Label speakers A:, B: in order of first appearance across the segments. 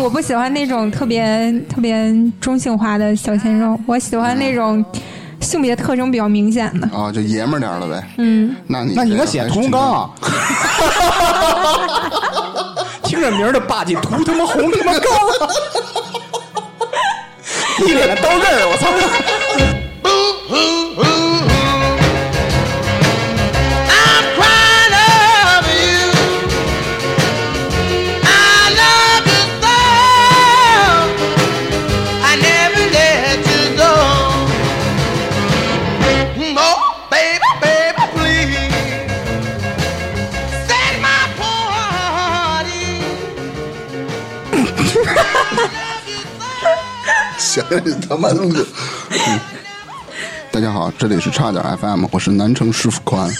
A: 我不喜欢那种特别特别中性化的小鲜肉，我喜欢那种性别特征比较明显的。
B: 啊，就爷们儿点儿了呗。
A: 嗯，
B: 那你
C: 那你应该
B: 这
C: 写
B: 还是
C: 屠
B: 挺
C: 洪刚 啊，听着名儿就霸气，屠他妈洪他妈啊刚，一脸的刀刃儿，我操！
D: I'm crying over you. I love you so. I never let you go. Oh, baby, baby, please set my party.
B: 行，你他妈录。嗯大家好，这里是差点 FM，我是南城师傅宽。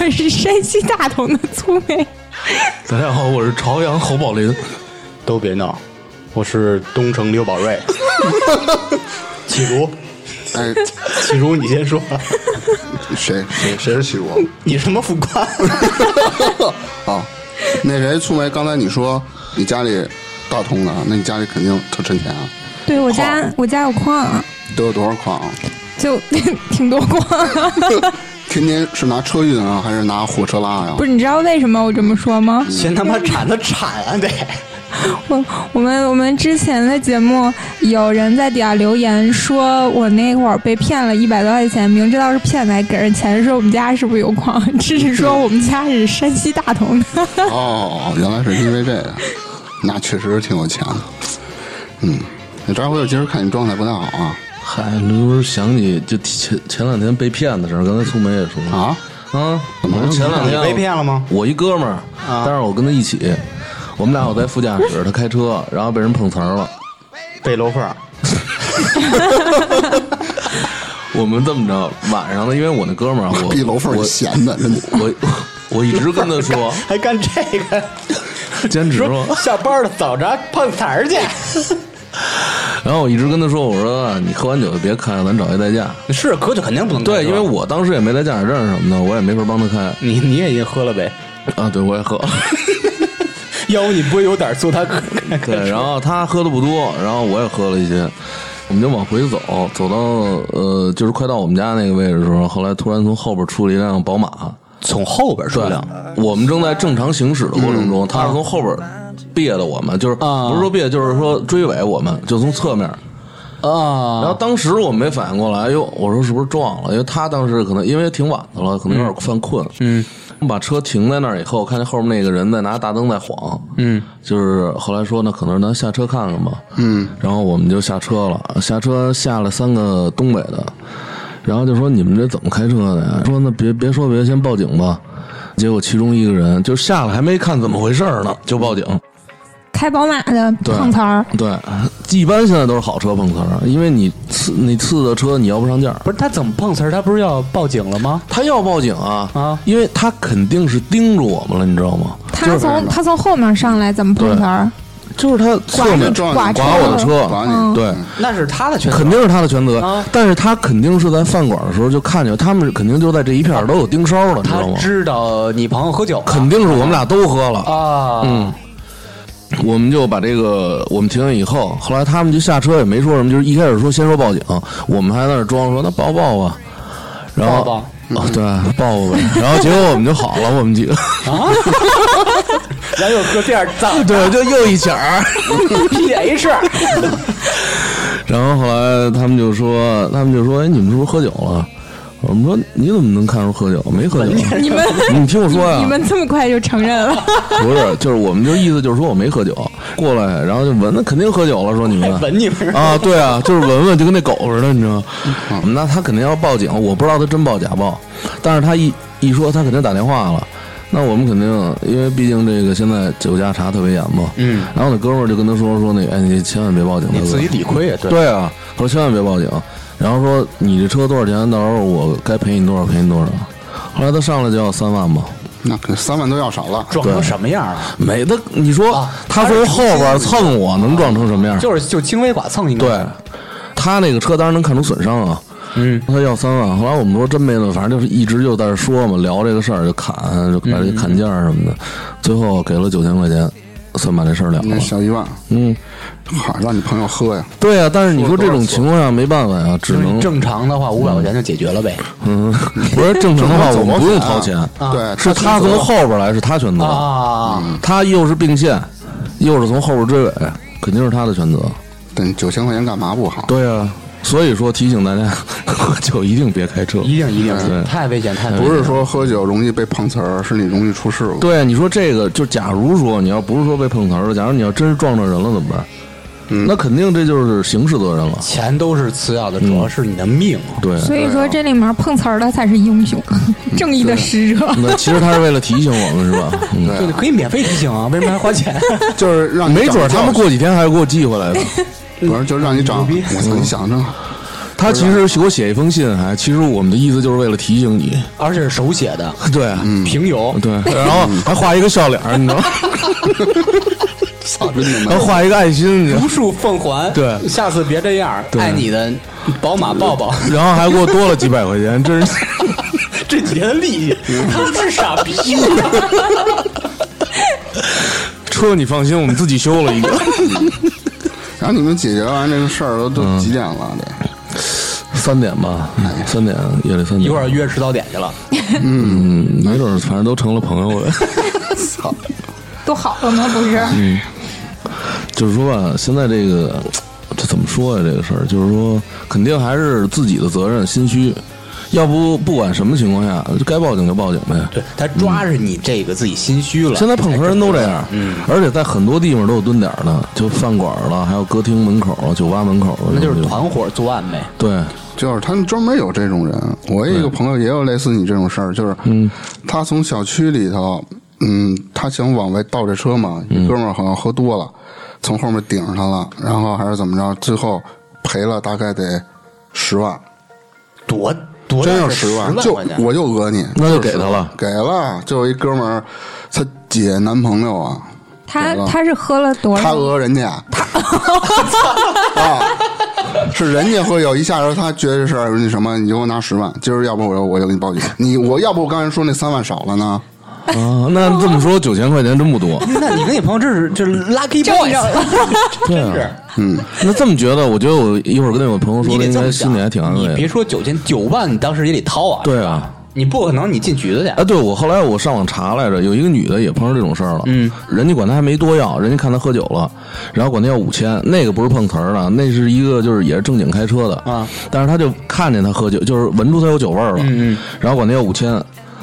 A: 我是山西大同的粗眉。
E: 大家好，我是朝阳侯宝林。
C: 都别闹，我是东城刘宝 瑞，启如，
B: 哎，
C: 启如你先说，
B: 谁谁谁是起我？
C: 你什么副 官？
B: 啊， 那谁，醋梅，刚才你说你家里大通的，那你家里肯定特趁钱啊，
A: 对我家我家有矿，啊
B: 都有多少矿啊？
A: 就挺多 矿。啊
B: 天天是拿车运啊，还是拿火车拉呀、
A: 不是，你知道为什么我这么说吗？
C: 先他妈铲子铲啊得！
A: 我我们我们之前的节目有人在底下留言说，我那会儿被骗了一百多块钱，明知道是骗子还给人钱，说我们家是不是有矿？只是说我们家是山西大同的。
B: 哦，原来是因为这个，那确实挺有钱的。嗯，那张辉，我今儿看你状态不太好啊
E: 嗨，你不是想起就前前两天被骗的事儿？刚才苏梅也说了
B: 啊！
E: 啊，
B: 怎么了
E: 我前两天
C: 你被骗了吗啊
E: 我一哥们儿，但是我跟他一起，我们俩我在副驾驶，他开车，然后被人碰瓷儿了。
C: 被楼缝，
E: 我们这么着，晚上呢，因为我那哥们儿啊，我
B: 毕楼缝
E: 我
B: 儿闲的，真的。
E: 我我一直跟他说，
C: 还干这个，
E: 坚持说
C: 说，下班了走着碰瓷儿去，
E: 然后我一直跟他说，我说啊你喝完酒就别开了，咱找一代驾。
C: 嗯是喝酒肯定不能
E: 对，因为我当时也没带驾驶证什么的，我也没法帮他开
C: 你你也已经喝了 呗，
E: 啊。对，我 也喝。
C: 要不你不会有胆儿坐他哥？
E: 对，然后他喝的不多，然后我也喝了一些，我们就往回走，走到呃，就是快到我们家那个位置的时候，后来突然从后边出了一辆宝马。
C: 从后边
E: 对，我们正在正常行驶的过程中，他是从后边别的我们，就是
C: 嗯啊
E: 不是说别，就是说追尾我们，就从侧面。
C: 啊，
E: 然后当时我没反应过来，哎呦，我说是不是撞了？因为他当时可能因为挺晚的了，可能有点犯困。嗯，把车停在那儿以后，看见后面那个人在拿大灯在晃。嗯，就是后来说呢，可能咱下车看看吧。嗯，然后我们就下车了，下车下了三个东北的，然后就说你们这怎么开车的呀？说那别别说别，先报警吧。结果其中一个人就下来还没看怎么回事儿呢，就报警。
A: 开宝马的
E: 对
A: 碰瓷儿，
E: 对，一般现在都是好车碰瓷儿，因为你次你次的车你要不上价儿，
C: 不是他怎么碰瓷儿？他不是要报警了吗？
E: 他要报警啊
C: 啊
E: 因为他肯定是盯着我们了，你知道吗？
A: 他从他从后面上来怎么碰瓷儿？
E: 就是他侧面
B: 撞
A: 刮
B: 你
A: 刮
E: 我的车
B: 刮
A: 嗯
B: 你，
E: 对。
C: 那是他的权
E: 肯定是他的全责，
C: 啊
E: 但是他肯定是在饭馆的时候就看见，他们肯定就在这一片儿都有盯梢了，你知
C: 他
E: 道吗？
C: 知道你朋友喝酒了，
E: 肯定是我们俩都喝了，
C: 啊，嗯，
E: 我们就把这个我们停下以后，后来他们就下车也没说什么，就是一开始说先说报警，我们还在那儿装说那抱抱吧，然后
C: 抱抱
E: 哦对抱抱呗，然后结果我们就好了，我们 几个
C: 然后又搁第二脏
E: 对就又一起儿。
C: P H，
E: 然后后来他们就说，他们就说，哎，你们是不是喝酒了？我们说你怎么能看出喝酒？没喝酒。
A: 你们
E: 你听我说
B: 啊
E: 呀，
A: 你们这么快就承认了？
E: 不是，就是我们就意思就是说我没喝酒，过来，然后就闻，那肯定喝酒了，说你们
C: 哎闻你们
E: 啊，对啊，就是闻闻就跟那狗似的，你知道吗？那他肯定要报警，我不知道他真报假报，但是他一一说他肯定打电话了。那我们肯定，因为毕竟这个现在酒驾查特别严嘛。嗯。然后那哥们儿就跟他说说那，哎，你千万别报警，大哥
C: 理亏啊，
E: 对啊，他说千万别报警，然后说你这车多少钱，到时候我该赔你多少赔你多少。后来他上来就要三万嘛，
B: 那可三万都要少了。
C: 装成什么样啊？
E: 没他你说、
C: 啊
E: 他从后边蹭我能撞成什么样？
C: 就是就轻微剐蹭应该
E: 对，他那个车当然能看出损伤啊。嗯，他要三万，后来我们说真没了，反正就是一直就在这嗯说嘛，聊这个事儿就砍，就把这砍价什么的，最后给了九千块钱，算把这事儿了
B: 那
E: 了。
B: 小一万，
E: 嗯，
B: 好让你朋友喝呀，
E: 对啊，但是你说这种情况下没办法呀，只能
C: 正常的话，五百块钱就解决了呗。
E: 嗯，不是正常的话，我们不用掏钱，啊
B: 对，
E: 是他从后边来，是他选择，
C: 啊，
E: 他又是并线，又是从后边追尾，肯定是他的选择。
B: 等九千块钱干嘛不好？
E: 对啊，所以说提醒大家， 喝酒一定别开车。
C: 一定一定，
E: 对
C: 太危险，太危险
B: 不是说喝酒容易被碰瓷儿，是你容易出事故。
E: 对，你说这个，就假如说你要不是说被碰瓷儿了，假如你要真是撞着人了怎么办？那肯定这就是刑事责任了。
C: 钱都是次要的，主要是你的命。
E: 对，
B: 啊
E: 啊
A: 所以说这里面碰瓷儿的才是英 雄，正义的使者。
B: 啊
E: 那其实他是为了提醒我们，是吧？嗯，
C: 对，可啊以免费提醒 啊，为什么还花钱？
B: 就是让你
E: 没准
B: 长
E: 儿
B: 教
E: 他们
B: 训
E: 过几天还给我寄回来的。
B: 不是就让你长，
C: 牛逼
B: 我操，你想着
E: 他其实给我写一封信，还其实我们的意思就是为了提醒你。嗯
C: 而且是手写的，
E: 对，
C: 平邮。
E: 对，然后还画一个笑脸儿，你知道吗？
B: 操真的
E: 还
B: 吗？
E: 画一个爱心，你知道吗
C: 无数奉还，
E: 对
C: 下次别这样。爱你的宝马抱抱，
E: 然后还给我多了几百块钱，真是。
C: 这几天的利益，他们是傻逼吗？
E: 车你放心，我们自己修了一个。
B: 然后你们解决完这个事儿都
E: 嗯
B: 都几点了？得
E: 三点吧，嗯三点夜里三点，
C: 一会儿约迟早点去了，
E: 嗯，没准儿反正都成了朋友了。
A: 都好了吗？不是，
B: 嗯
E: 就是说吧，现在这个这怎么说呀、这个事儿就是说，肯定还是自己的责任，心虚。要不不管什么情况下，就该报警就报警呗。
C: 对他抓着你这个自己心虚了。嗯
E: 现在碰瓷儿人都这样，而且在很多地方都有蹲点儿的，就饭馆儿了，还有歌厅门口儿、酒吧门口儿，
C: 那就是
E: 有这种
C: 团伙作案呗。
E: 对，
B: 就是他们专门有这种人。我有一个朋友也有类似你这种事儿，就是
E: 嗯
B: 他从小区里头，嗯，他想往外倒这车嘛，
E: 嗯
B: 一哥们儿好像喝多了，从后面顶上他了，然后还是怎么着，最后赔了大概得十万。
C: 多多
B: 真
C: 要
B: 是十
C: 万，
B: 就
C: 块钱
B: 我就讹你，
E: 那就给他了
B: 给了。就有一哥们儿，他姐男朋友啊，
A: 他
B: 完了
A: 他是喝了多
B: 他
A: 少？
B: 讹人家， 啊， 是人家会有一下，他觉得是那什么，你就给我拿十万，今儿要不我就我就给你报警，你我要不我刚才说那三万少了呢，
E: 啊，那这么说九千块钱真不多。
C: 那你跟你朋友这是这是 lucky
A: 正着
C: boy，
A: 了，
E: 对
C: 真是
E: 啊，那这么觉得，我觉得我一会儿跟我朋友说，
C: 你
E: 他
C: 得
E: 应
C: 这
E: 该
C: 么
E: 心
C: 想，
E: 里还挺安慰
C: 你
E: 的。
C: 别说九千九万，你当时也得掏啊。，
E: 对啊，
C: 你不可能你进局子去
E: 哎，。对我后来我上网查来着，有一个女的也碰上这种事儿了。嗯，人家管她还没多要，人家看她喝酒了，然后管她要五千，那个不是碰瓷儿的，那是一个就是也是正经开车的
C: 啊，
E: 但是他就看见她喝酒，就是闻出她有酒味儿了，嗯嗯，然后管她要五千，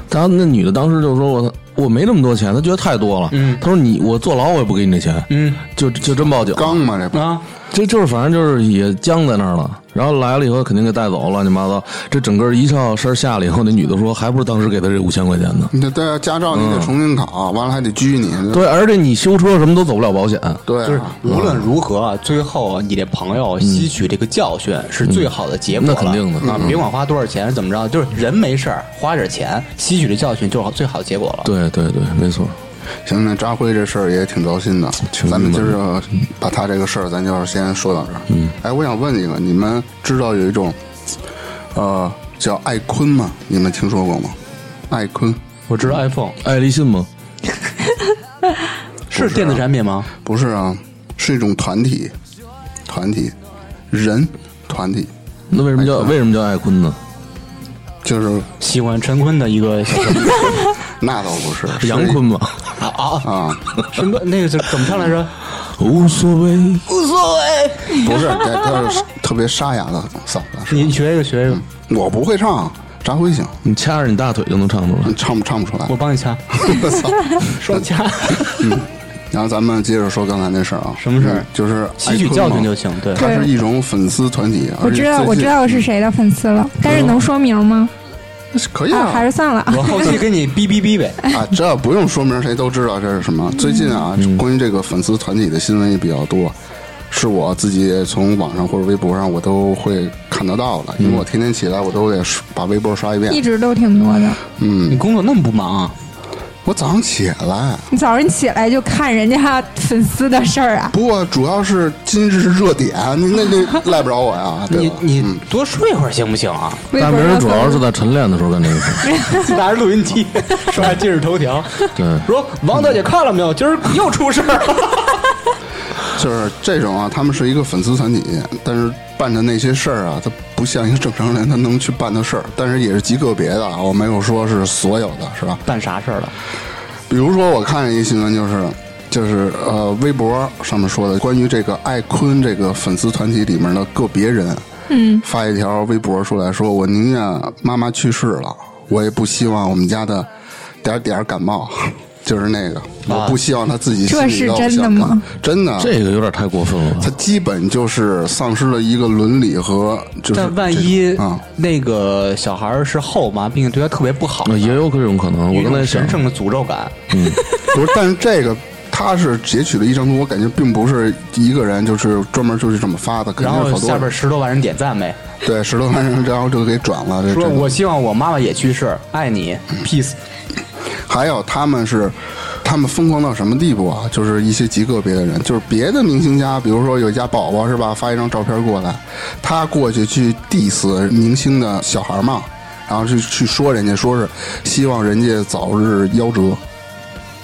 E: 然后那女的当时就说我我没那么多钱，她觉得太多了，嗯，她说你我坐牢我也不给你这钱，嗯，就就真报警，
B: 刚嘛这不
E: 呃
C: 啊，
E: 这就是反正就是也僵在那儿了，然后来了以后肯定给带走了，乱七八糟，这整个一上身下来以后，那女的说还不是当时给她这五千块钱呢。
B: 你得对啊驾照你得重新考，完了还得拘你，
E: 对，而且你修车什么都走不了保险。
B: 对
C: 就是
B: 啊，
C: 无论如何啊，最后你这朋友吸取这个教训是最好的结果了。
E: 那肯定的
C: 啊，别管花多少钱是怎么着，就是人没事儿，花点钱吸取这教训就是最好的结果了。
E: 对对对，没错。
B: 行，那扎辉这事儿也挺糟心的，咱们今儿就把他这个事儿，咱就先说到这儿。嗯，哎，我想问一个，你们知道有一种，呃，叫艾坤吗？你们听说过吗？艾坤
C: 我知道 iPhone
E: 爱立信吗？
C: 是电子产品吗？
B: 不是啊，是一种团体，团体，人团体，
E: 那为什么叫为什么叫爱坤呢？
B: 就是
C: 喜欢陈坤的一个小哥
B: 那倒不是， 是
E: 杨坤吗？
C: 啊啊，
B: 啊，
C: 什么那个是怎么唱来着？
E: 无所谓。
B: 不是，他他是特别沙哑的嗓子，是
C: 你学一个学一个，
B: 我不会唱，扎辉行，
E: 你掐着你大腿就能唱出来。
B: 唱不唱不出来
C: 我。帮你掐，
B: 我 操！
C: 双掐。
B: 然后咱们接着说刚才那事儿啊，
C: 什么事儿
B: 嗯就是
C: 吸取教训就行
B: 艾
C: 对
B: 坤嘛它是一种粉丝团体，
A: 我知道我知道我是谁的粉丝了，但是能说名吗？
B: 而且最近，可以
A: 啊，还
B: 啊
A: 是算了啊。
C: 我后期给你哔哔哔呗。
B: 啊，这不用说明，谁都知道这是什么。最近啊，
C: 嗯
B: 关于这个粉丝团体的新闻也比较多，是我自己从网上或者微博上我都会看得到的，因
C: 嗯
B: 为我天天起来我都得刷把微博刷一遍
A: 一。直都挺多的，
B: 嗯，
C: 你工作那么不忙啊？
B: 我早上起来，
A: 你早上起来就看人家粉丝的事儿啊？
B: 不过主要是今日热点，你那那赖不着我呀，对
C: 你
B: 吧？
C: 你多睡会儿行不行啊？
A: 微
E: 大
A: 博
E: 明
A: 上
E: 儿主要是在晨练的时候干这个事儿，
C: 拿着录音机，说话今日头条，
E: 对
C: 说王大姐看了没有？今儿又出事儿了。
B: 就是这种啊，他们是一个粉丝团体，但是办的那些事儿啊，他不像一个正常人他能去办的事儿，但是也是极个别的啊，我没有说是所有的，是吧？
C: 办啥事儿了？
B: 比如说，我看一新闻就是。就是呃，微博上面说的关于这个艾坤这个粉丝团体里面的个别人，嗯，发一条微博出来说，我宁愿妈妈去世了，我也不希望我们家的点儿点儿感冒， 就是那个，
C: 啊
B: 我不希望他自己心
A: 这
B: 里
A: 是
B: 有
A: 真的
B: 想
A: 吗
B: 法？真的，
E: 这个有点太过分了吧
B: 他。基本就是丧失了一个伦理和就是
C: 但万一
B: 这种啊，
C: 那个小孩儿是后妈，并且对他特别不好，
E: 那啊也有这种可能，
C: 有
E: 我
C: 一
E: 刚才
C: 种
E: 想
C: 神，圣的诅咒感。
B: 不是，但是这个他是截取了一张图，我感觉并不是一个人，就是专门就是这么发的，肯
C: 然
B: 定是好
C: 后
B: 多
C: 下边
B: 人
C: 十多万人点赞呗，
B: 对十多万人，然后就给转了。这
C: 说
B: 这个
C: 我希望我妈妈也去世，爱你，peace。
B: 还有他们是，他们疯狂到什么地步啊？就是一些极个别的人，就是别的明星家，比如说有一家宝宝是吧，发一张照片过来，他过去去 diss 明星的小孩嘛，然后去去说人家，说是希望人家早日夭折。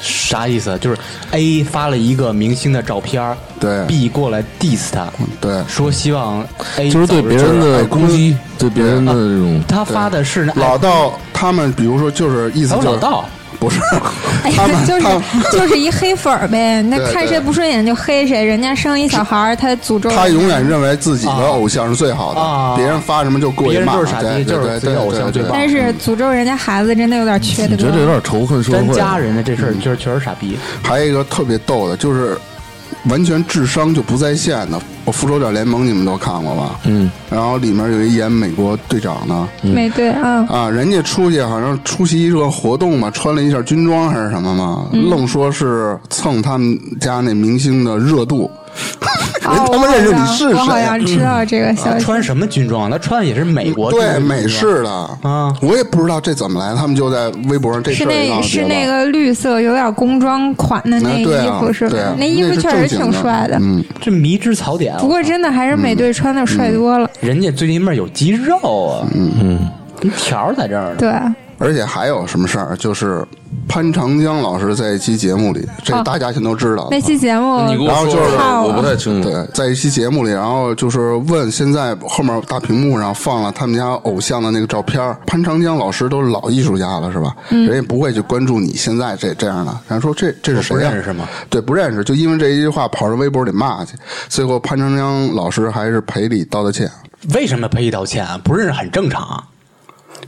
C: 啥意思？就是 A 发了一个明星的照片儿，
B: 对
C: ，B 过来 diss 他，
B: 嗯对
C: 说希望 A
E: 就是对
C: 早日
E: 别人
B: 就是
E: 的
B: 爱哭
E: 攻击，对别人的这种，
C: 他发的是哎
B: 老到他们，比如说就是意思
C: 还有
B: 就是
C: 老道，
B: 不是，
A: 哎
B: 他们
A: 呀，就是
B: 他们
A: 就是一黑粉儿呗，那
B: 对
A: 看
B: 对
A: 谁不顺眼就黑谁，人家生一小孩儿，他诅咒
B: 他永远认为自己的偶像是最好的，
C: 啊
B: 别人发什么就过去骂，
C: 别人就是傻
B: 对
C: 逼
B: 对
C: 就是
B: 对
C: 自己的偶像
B: 对对
C: 最棒
A: 但是诅咒人家孩子真的有点缺德。
E: 你觉得这有点仇恨社
C: 咱
E: 会。嗯
C: 家人的这事儿就是确实傻逼。
B: 还有一个特别逗的，就是完全智商就不在线的。我《复仇者联盟》你们都看过吧？
E: 嗯，
B: 然后里面有一演美国队长的
C: 嗯
A: 没对啊？
B: 啊，人家出去好像出席一个活动嘛，穿了一下军装还是什么嘛，
C: 嗯
B: 愣说是蹭他们家那明星的热度， 人
A: 哦
B: 他
A: 我
B: 妈
A: 好
B: 认识你
A: 像
B: 是
A: 我好
B: 谁啊
A: 像？知道这个消
B: 啊
A: 息。
C: 穿什么军装？他穿的也是美国
B: 对
C: 军装
B: 美式的
C: 啊
B: 我也不知道这怎么来，他们就在微博上这事
A: 是
B: 儿也
A: 那
B: 闹
A: 是
B: 绝了
A: 那个绿色有点工装款的那
B: 哎
A: 衣
B: 对啊
A: 服是吧
B: 对啊？
A: 那衣服
B: 是
A: 确实
B: 正经
A: 挺帅的，
B: 嗯，
C: 这迷之槽点。啊
A: 不过真的还是美队穿的帅多了。
C: 人家最起码有肌肉啊，嗯嗯，条儿在这儿呢。
A: 对，
B: 而且还有什么事儿，就是潘长江老师在一期节目里，这
A: 哦
B: 大家全都知道的。
A: 那期节目
E: 你给
B: 然后
E: 我
B: 就
E: 说
B: 是
E: 说，我不太清楚。
C: 嗯
B: 对，在一期节目里，然后就是问现在后面大屏幕上放了他们家偶像的那个照片儿，潘长江老师都是老艺术家了，是吧？
A: 嗯
B: 人也不会去关注你现在这这样的。然后说这这是谁、呀？
C: 我不认识吗？
B: 对，不认识，就因为这一句话跑到微博里骂去，最后潘长江老师还是赔礼道的歉，
C: 为什么赔礼道歉啊？不认识很正常啊。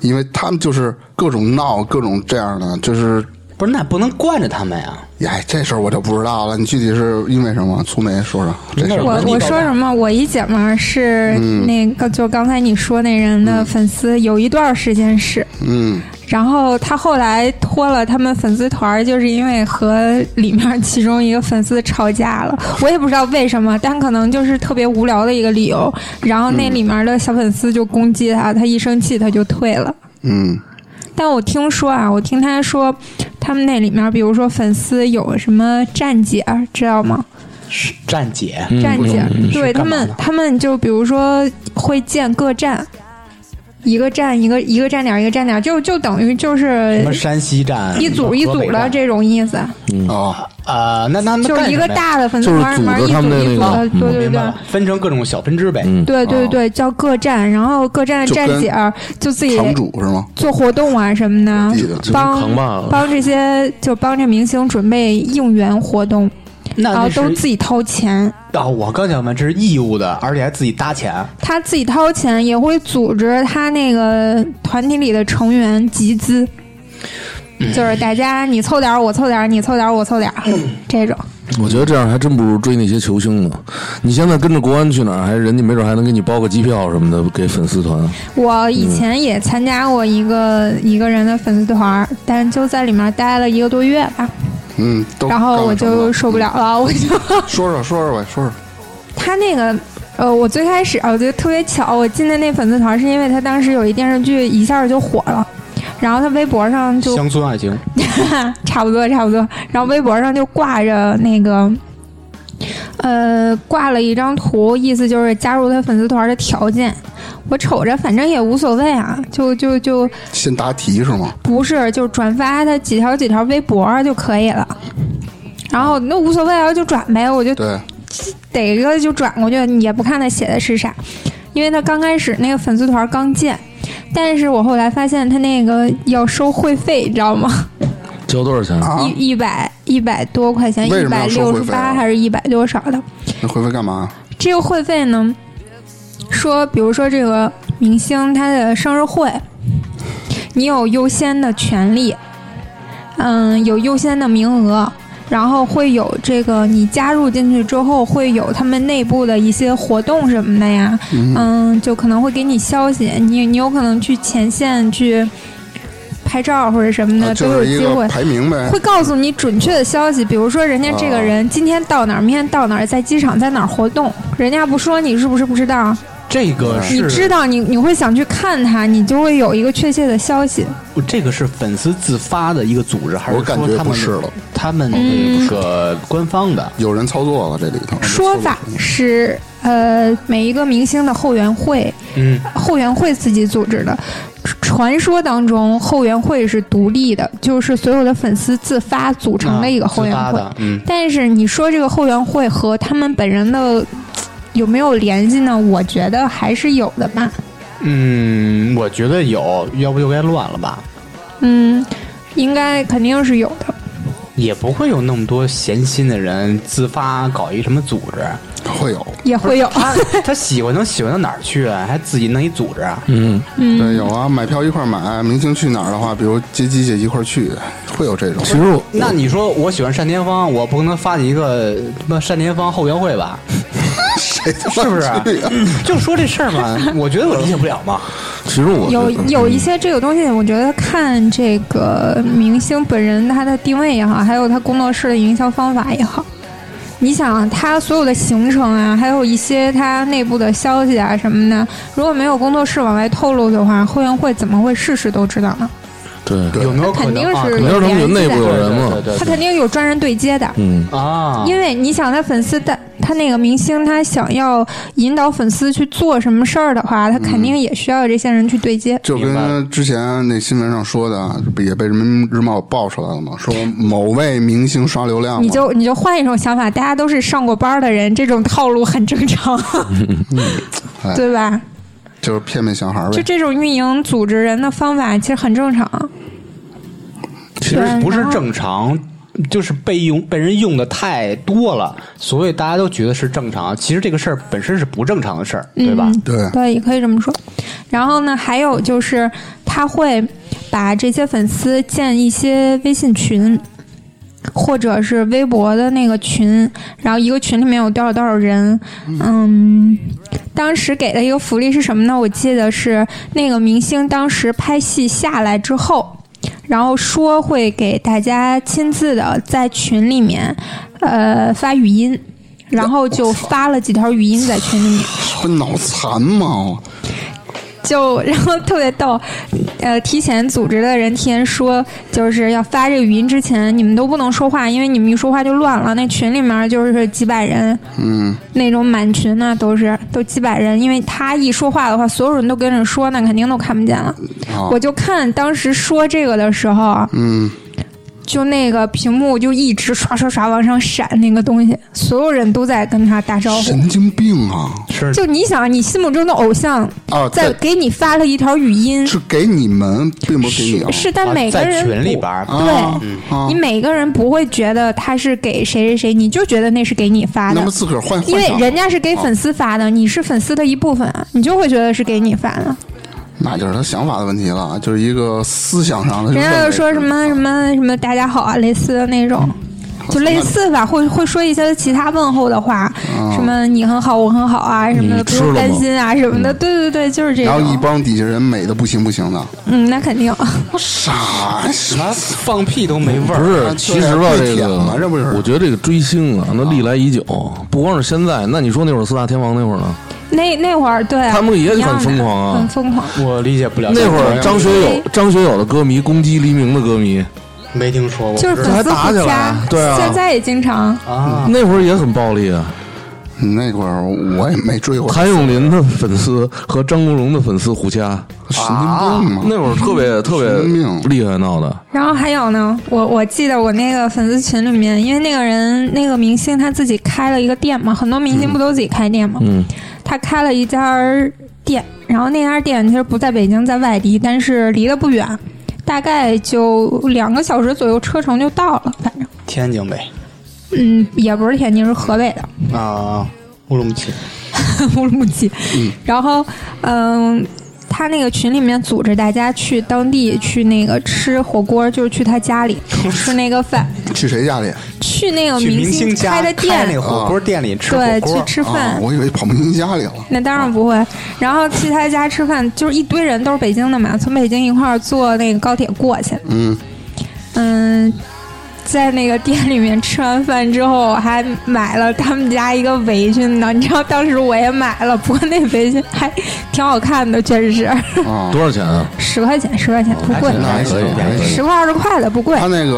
B: 因为他们就是各种闹，各种这样的，就是
C: 不是，那不能惯着他们呀。
B: 哎，这事儿我就不知道了。你具体是因为什么？粗梅说说这事
C: 那
B: 儿。
A: 我
C: 那你
A: 我
C: 告诉
A: 说什么？我一姐们儿是
B: 嗯
A: 那个，就刚才你说那人的粉丝，有一段时间是，
B: 嗯，
A: 然后他后来脱了他们粉丝团儿，就是因为和里面其中一个粉丝吵架了。我也不知道为什么，但可能就是特别无聊的一个理由。然后那
C: 嗯
A: 里面的小粉丝就攻击他，他一生气他就退了。
B: 嗯，
A: 但我听说啊，我听他说，他们那里面，比如说粉丝有什么站姐，知道吗？
C: 是站姐，
E: 嗯
A: 站姐，对
C: 是
A: 他
C: 干嘛
A: 们
C: 的，
A: 他们就比如说会建各站，一个站一个一个站点一个站点，就就等于就
C: 什
A: 是
C: 么山西站，
A: 一组一
C: 河北
A: 组的
C: 站
A: 这种意思，
B: 哦，
C: 啊，那那那
A: 就
C: 干
A: 是一
C: 什
A: 个
C: 么呀
A: 大的粉丝
E: 就是
A: 团里面
E: 组
A: 一
E: 织他们
A: 组
E: 的
A: 一组
E: 那
A: 的，
E: 个
A: 对对
C: 明白
A: 对
C: 了。分成各种小分支呗。
E: 嗯
A: 对对对，叫各站，然后各站
B: 就
A: 站
B: 跟
A: 姐儿就自己
B: 堂主是吗？
A: 做活动啊什么的
B: 地的，
E: 就扛把
A: 帮
E: 了
A: 帮这些就帮这明星准备应援活动，
C: 那
A: 然后哦
C: 那
A: 都自
C: 是
A: 己掏钱。
C: 啊，我刚想问，这是义务的，而且还自己搭钱。
A: 他自己掏钱，也会组织他那个团体里的成员集资，
C: 嗯
A: 就是大家你凑点儿，我凑点儿，你凑点儿，我凑点儿，这种。
E: 我觉得这样还真不如追那些球星呢。你现在跟着国安去哪儿，还人家没准还能给你包个机票什么的给粉丝团。
A: 我以前
B: 嗯
A: 也参加过一个、一个人的粉丝团儿，但就在里面待了一个多月吧，
B: 嗯，都
A: 然后我
B: 干
A: 就
B: 了什么嗯
A: 受不了了， 我就
B: 说说说说呗，说说。
A: 他那个。呃，我最开始啊，我觉得特别巧，我进的那粉丝团儿是因为他当时有一电视剧一下就火了，然后他微博上就
C: 乡村爱情，
A: 差不多差不多。然后微博上就挂着那个，呃，挂了一张图，意思就是加入他粉丝团的条件。我瞅着反正也无所谓啊，就就就
B: 先答题是吗？
A: 不是就转发他几条几条微博就可以了。然后那无所谓啊，就转呗，我就
B: 对，
A: 逮一个就转过去，也不看他写的是啥，因为他刚开始那个粉丝团刚建，但是我后来发现他那个要收会费，你知道吗？
E: 交多少钱？
B: 啊
A: 一一百一百多块钱，
B: 为
A: 一
B: 什么
A: 百
B: 要收
A: 六
B: 会
A: 十
B: 费
A: 八
B: 啊
A: 还是一百多少的？
B: 那回回干嘛？
A: 这个会费呢，说比如说这个明星他的生日会，你有优先的权利，嗯，有优先的名额，然后会有这个你加入进去之后会有他们内部的一些活动什么的呀，嗯，就可能会给你消息，你你有可能去前线去拍照或者什么的、
B: 啊
A: 都
B: 就
A: 有
B: 是一
A: 机
B: 个
A: 会。
B: 排名呗
A: 会。告诉你准确的消息，比如说人家这个人今天到哪儿，明天到哪儿，在机场在哪儿活动，人家不说你是不是不知道？
C: 这
E: 嗯
C: 个
A: 你知
C: 是
A: 道你你会想去看他，你就会有一个确切的消息。
C: 这个是粉丝自发的一个组织，还是
B: 我感
C: 说
B: 觉
C: 他
B: 不
C: 们
B: 是了，
C: 他们
A: 嗯
C: 那个官方的？
B: 有人操作了这里头。
A: 说法
C: 嗯
A: 是，呃，每一个明星的后援会，
C: 嗯，
A: 后援会自己组织的。传说当中，后援会是独立的，就是所有的粉丝自发组成的一个后援
C: 啊自发
A: 会。
C: 的，嗯，
A: 但是你说这个后援会和他们本人的有没有联系呢？我觉得还是有的吧。
C: 嗯，我觉得有，要不就该乱了吧？
A: 嗯，应该肯定是有的。
C: 也不会有那么多闲心的人自发搞一什么组 织，
B: 会有，
A: 也会有，
C: 他他喜欢能喜欢到哪儿去啊？还自己弄一组织啊？
E: 嗯，
B: 对，有啊，买票一块儿买，明星去哪儿的话，比如接机姐一块儿去，会有这种。
E: 其实我
C: 那你说我喜欢单田芳，我不可能发起一个什么单田芳后援会 吧？
B: 谁他
C: 是
B: 妈
C: 不是啊
B: 去呀？
C: 就说这事儿嘛，我觉得我理解不了嘛。
E: 其实我
A: 有
E: 觉得
A: 有一些这个东西，我觉得看这个明星本人他的定位也好，还有他工作室的营销方法也好。你想他所有的行程啊，还有一些他内部的消息啊什么的，如果没有工作室往外透露的话，后援会怎么会事事都知道呢？
E: 对，
B: 对
C: 有没有
A: 他
C: 可
A: 肯定
C: 能啊？
A: 是
E: 你知道他们有内部有人
C: 对
E: 吗？
C: 对对
A: 他肯定有专人对接的。
E: 嗯，
C: 啊，
A: 因为你想，他粉丝的他那个明星，他想要引导粉丝去做什么事儿的话，他
E: 嗯
A: 肯定也需要这些人去对接。
B: 就
C: 明白
B: 跟之前那新闻上说的，不也被人民日报爆出来了吗？说某位明星刷流量嘛，
A: 你就你就换一种想法，大家都是上过班的人，这种套路很正常，
B: 嗯 哎
A: 对吧？
B: 就是骗骗小孩儿
A: 就
B: 呗。
A: 这种运营组织人的方法，其实很正常。
C: 其实不是正常，就是被用被人用的太多了，所以大家都觉得是正常。其实这个事儿本身是不正常的事儿，对吧？
A: 嗯
B: 对
A: 对，也可以这么说。然后呢，还有就是他会把这些粉丝建一些微信群，或者是微博的那个群，然后一个群里面有多少多少人，嗯。当时给的一个福利是什么呢？我记得是那个明星当时拍戏下来之后，然后说会给大家亲自的在群里面，呃，发语音，然后就发了几条语音在群里面。
B: 不脑残
A: 哦
B: 吗？
A: 就然后特别逗，呃，提前组织的人提前说，就是要发这个语音之前，你们都不能说话，因为你们一说话就乱了。那群里面就是几百人，
B: 嗯，
A: 那种满群呢、都是都几百人，因为他一说话的话，所有人都跟着说，那肯定都看不见了。
B: 啊
A: 我，就看当时说这个的时候啊，
B: 嗯，
A: 就那个屏幕就一直刷刷刷往上闪那个东西，所有人都在跟他打招呼。
B: 神经病啊！
C: 是
A: 就你想，你心目中的偶像
B: 啊，
A: 在
B: 在
A: 给你发了一条语音，
B: 是给你们，并不给你啊。
A: 是是，但
C: 啊
A: 每个
C: 在
A: 人
C: 群里
A: 不
C: 边儿
A: 对、
B: 啊啊
A: 你每个人不会觉得他是给谁谁谁，你就觉得那是给你发
B: 那
E: 啊
A: 的
B: 么，自个儿换，
A: 因为
B: 换上
A: 人家是给粉丝发的，你是粉丝的一部分啊，你就会觉得是给你发
E: 嗯
A: 的。
B: 那就是他想法的问题了，就是一个思想上的。
A: 人家就说什么什么什么大家好啊，类似的那种，
E: 嗯
A: 就类似吧，会会说一些其他问候的话，什么你很好，我很好啊，什么
E: 啊你
A: 的，不
E: 吃了
A: 用
E: 吗嗯
A: 担心啊，什么的。对对对，就是这
B: 然后一
A: 种。
B: 帮底下人美的不行不行的，
A: 嗯，那肯定。
B: 傻
C: 啊，放屁都没味
E: 不
C: 儿。啊
E: 是，其实吧，
B: 啊对
E: 这
B: 舔
E: 个
B: 嘛这不是
E: 我觉得这个追星啊，那历来已久，不光是现在。那你说那会儿四大天王那会儿呢？
A: 那那会儿对啊
E: 他们也
A: 一样的
E: 很疯狂啊
A: 很疯狂。
C: 我理解不
B: 啊
C: 了。
E: 那会儿张学友，张学友的歌迷攻击黎明的歌迷，
C: 没听说过，
A: 就是粉丝
E: 这还打
A: 互
E: 起来
A: 掐
E: 啊，对啊
A: 现在也经常。
C: 啊，
E: 那会儿也很暴力啊。
B: 那会儿我也没追过，
E: 谭咏麟的粉丝和张国荣的粉丝互掐，
B: 神经病嘛。
E: 啊那会儿特别特
B: 啊神经
E: 别
B: 病啊
E: 厉害闹的。
A: 然后还有呢，我我记得我那个粉丝群里面，因为那个人那个明星他自己开了一个店嘛，很多明星不都自己开店嘛，
E: 嗯，
A: 他开了一家儿店，然后那家店其实不在北京，在外地，但是离得不远，大概就两个小时左右车程就到了，反正
C: 天津呗，
A: 嗯，也不是天津，是河北的。
C: 啊，乌鲁木齐，
A: 乌鲁木齐。然后，嗯，他那个群里面组织大家去当地去那个吃火锅，就是去他家 里吃那个饭，
B: 去谁家里？
A: 去那个
C: 去明
A: 哦星
C: 家
A: 开的
C: 那
A: 店，
C: 火锅
E: 啊
C: 店里吃火
A: 对，去
C: 锅，
A: 吃
B: 啊
A: 饭。，
B: 我以为跑明星家里了。
A: 那当然不会。然后去他家吃饭，就是一堆人都是北京的嘛，从北京一块儿坐那个高铁过去。
B: 嗯，
A: 嗯，在那个店里面吃完饭之后，我还买了他们家一个围裙呢。你知道当时我也买了，不过那围裙还挺好看的，确实是
B: 啊，
E: 多少钱啊？
A: 十块钱，十块钱不贵
C: 还，行
B: 那还行
E: 可以，
B: 还
E: 可以
A: 十块二十块的不贵
B: 他。那个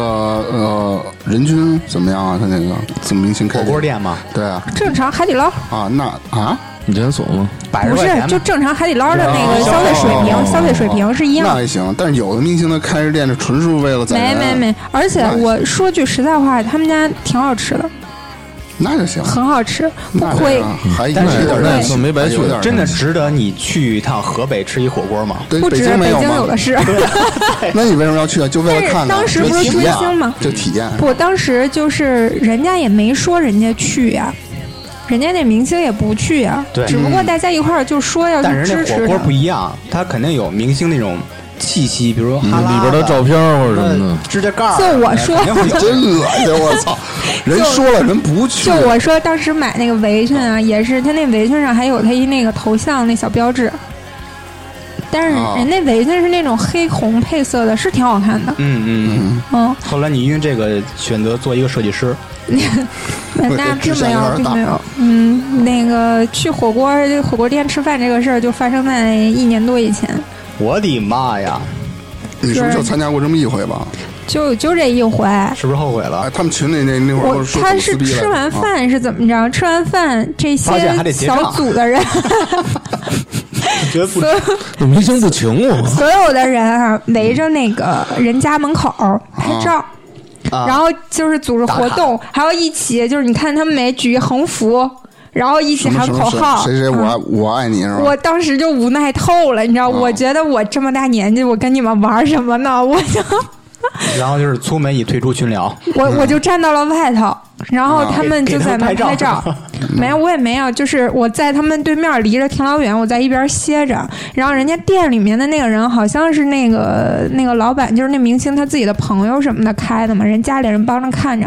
B: 呃，人均怎么样啊？他那个怎么明星开
C: 火
B: 的
C: 锅？店嘛，
B: 对啊，
A: 正常海底捞
B: 啊那啊，
E: 你连锁吗？
C: 百十
A: 不
C: 块
A: 是
C: 钱
A: 就
C: 嘛，
A: 正常海底捞的那个消费水平，消费水平是一样
B: 那
A: 的。
B: 还行，但是有的明星他开着店，就纯是为了攒
A: 没
B: 人
A: 没没，，而且
B: 那还行
A: 我说句实在话，他们家挺好吃的，
B: 那就行，
A: 很好吃，不
B: 那啊就
A: 亏
B: 行，还
C: 但是
B: 有点
C: 那
B: 儿
E: 也算没白去
B: 有点儿
C: 真的
B: 东西
C: 值得你去一趟河北吃一火锅吗？
B: 对
A: 不
B: 北
A: 止啊
B: 京没
A: 北
B: 有
A: 京有
B: 吗
A: 的？是。
B: 那你为什么要去啊？就为了
A: 但是
B: 看看。
A: 当时
B: 就
A: 不是
B: 体
A: 追
B: 验啊
A: 星吗
B: 就体验。
A: 不，当时就是人家也没说人家去呀、人家那明星也不去呀、
B: 嗯
C: 对
A: 只不过大家一块儿就说要去
C: 但人
A: 支
C: 家火
A: 持
C: 锅
A: 他
C: 不。一样，它肯定有明星那种气息，比如哈
E: 里
C: 啊拉
E: 边的照片或者什么的
C: 那。指甲盖儿，
A: 就我说
C: 肯定会有
B: 真恶心！我 操，人说了人不去
A: 就，我说，当时买那个围裙啊，也是他那围裙上还有他一那个头像那小标志，但是
B: 啊
A: 人那围裙是那种黑红配色的，是挺好看的。
C: 嗯嗯嗯。
A: 嗯，
C: 后来你因为这个选择做一个设计师，
A: 那
B: 对
A: 那
B: 这
A: 并
B: 志
A: 没
B: 向有
A: 有，
B: 点
A: 并
B: 大
A: 没有。嗯，那个去火锅这火锅店吃饭这个事儿，就发生在一年多以前。
C: 我的妈呀，
B: 你是不是就参加过这么一回吧？
A: 就就这一回。
C: 是不是后悔了
B: 哎，？他们群里那那会儿
A: 我
B: 都说
A: 他
B: 怎么
A: 是
B: 撕逼来着
A: 吃完
B: 啊
A: 饭是怎么着？吃完饭这
C: 发现还
A: 些
C: 得结账
A: 小组的人，
C: 觉得不
A: 所有
E: 怎么明星不请我？
A: 所有的人啊，围着那个人家门口拍照。
C: 啊
A: 然后就是组织活动，还要一起，就是你看他们每举一横幅，然后一起
B: 什么
A: 喊
B: 什
A: 口
B: 么谁
A: 号。
B: 谁谁我
A: 嗯
B: 爱我爱你是吧？
A: 我当时就无奈透了，你知道，我觉得我这么大年纪，我跟你们玩什么呢？我就
C: 然后就是粗眉已退出群聊，
A: 我我就站到了外头，然后他们
C: 给
A: 就
C: 给
A: 在
C: 他
A: 那
C: 拍
A: 儿拍
C: 照
A: 照。没有，我也没有，就是我在他们对面离着挺老远，我在一边歇着。然后人家店里面的那个人好像是那个那个老板，就是那明星他自己的朋友什么的开的嘛，人家里人帮着看着，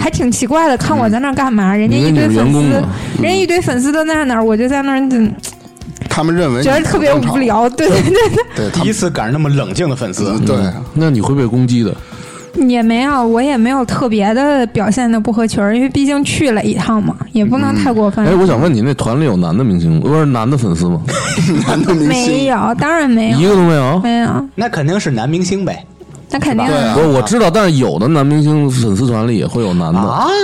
A: 还挺奇怪的。看我在那儿干嘛？人家一堆
E: 你是
A: 粉
E: 员工
A: 丝
E: 啊，
A: 人家一堆粉丝都在那儿，我就在那儿嗯
B: 他们认为
A: 觉得
B: 你
A: 特别
B: 不正常
A: 无，聊。对 对对。
B: 对
C: 第
B: 他
C: 一
B: 们
C: 次赶上那么冷静的粉丝，
B: 对，
E: 嗯
B: 啊
E: 那你会被攻击的。
A: 也没有，我也没有特别的表现的不合群儿，因为毕竟去了一趟嘛，也不能太过分。
E: 哎，我想问你，那团里有男的明星吗？不是男的粉丝吗？
B: 男 的明
A: 没
B: 星
A: 有，当然没有
E: 一，个都没有。
A: 没有，
C: 那肯定是男明星呗。
A: 那肯定
B: 对
A: 的
B: 啊
E: 不是，我知道，但是有的男明星粉丝团里也会有男的。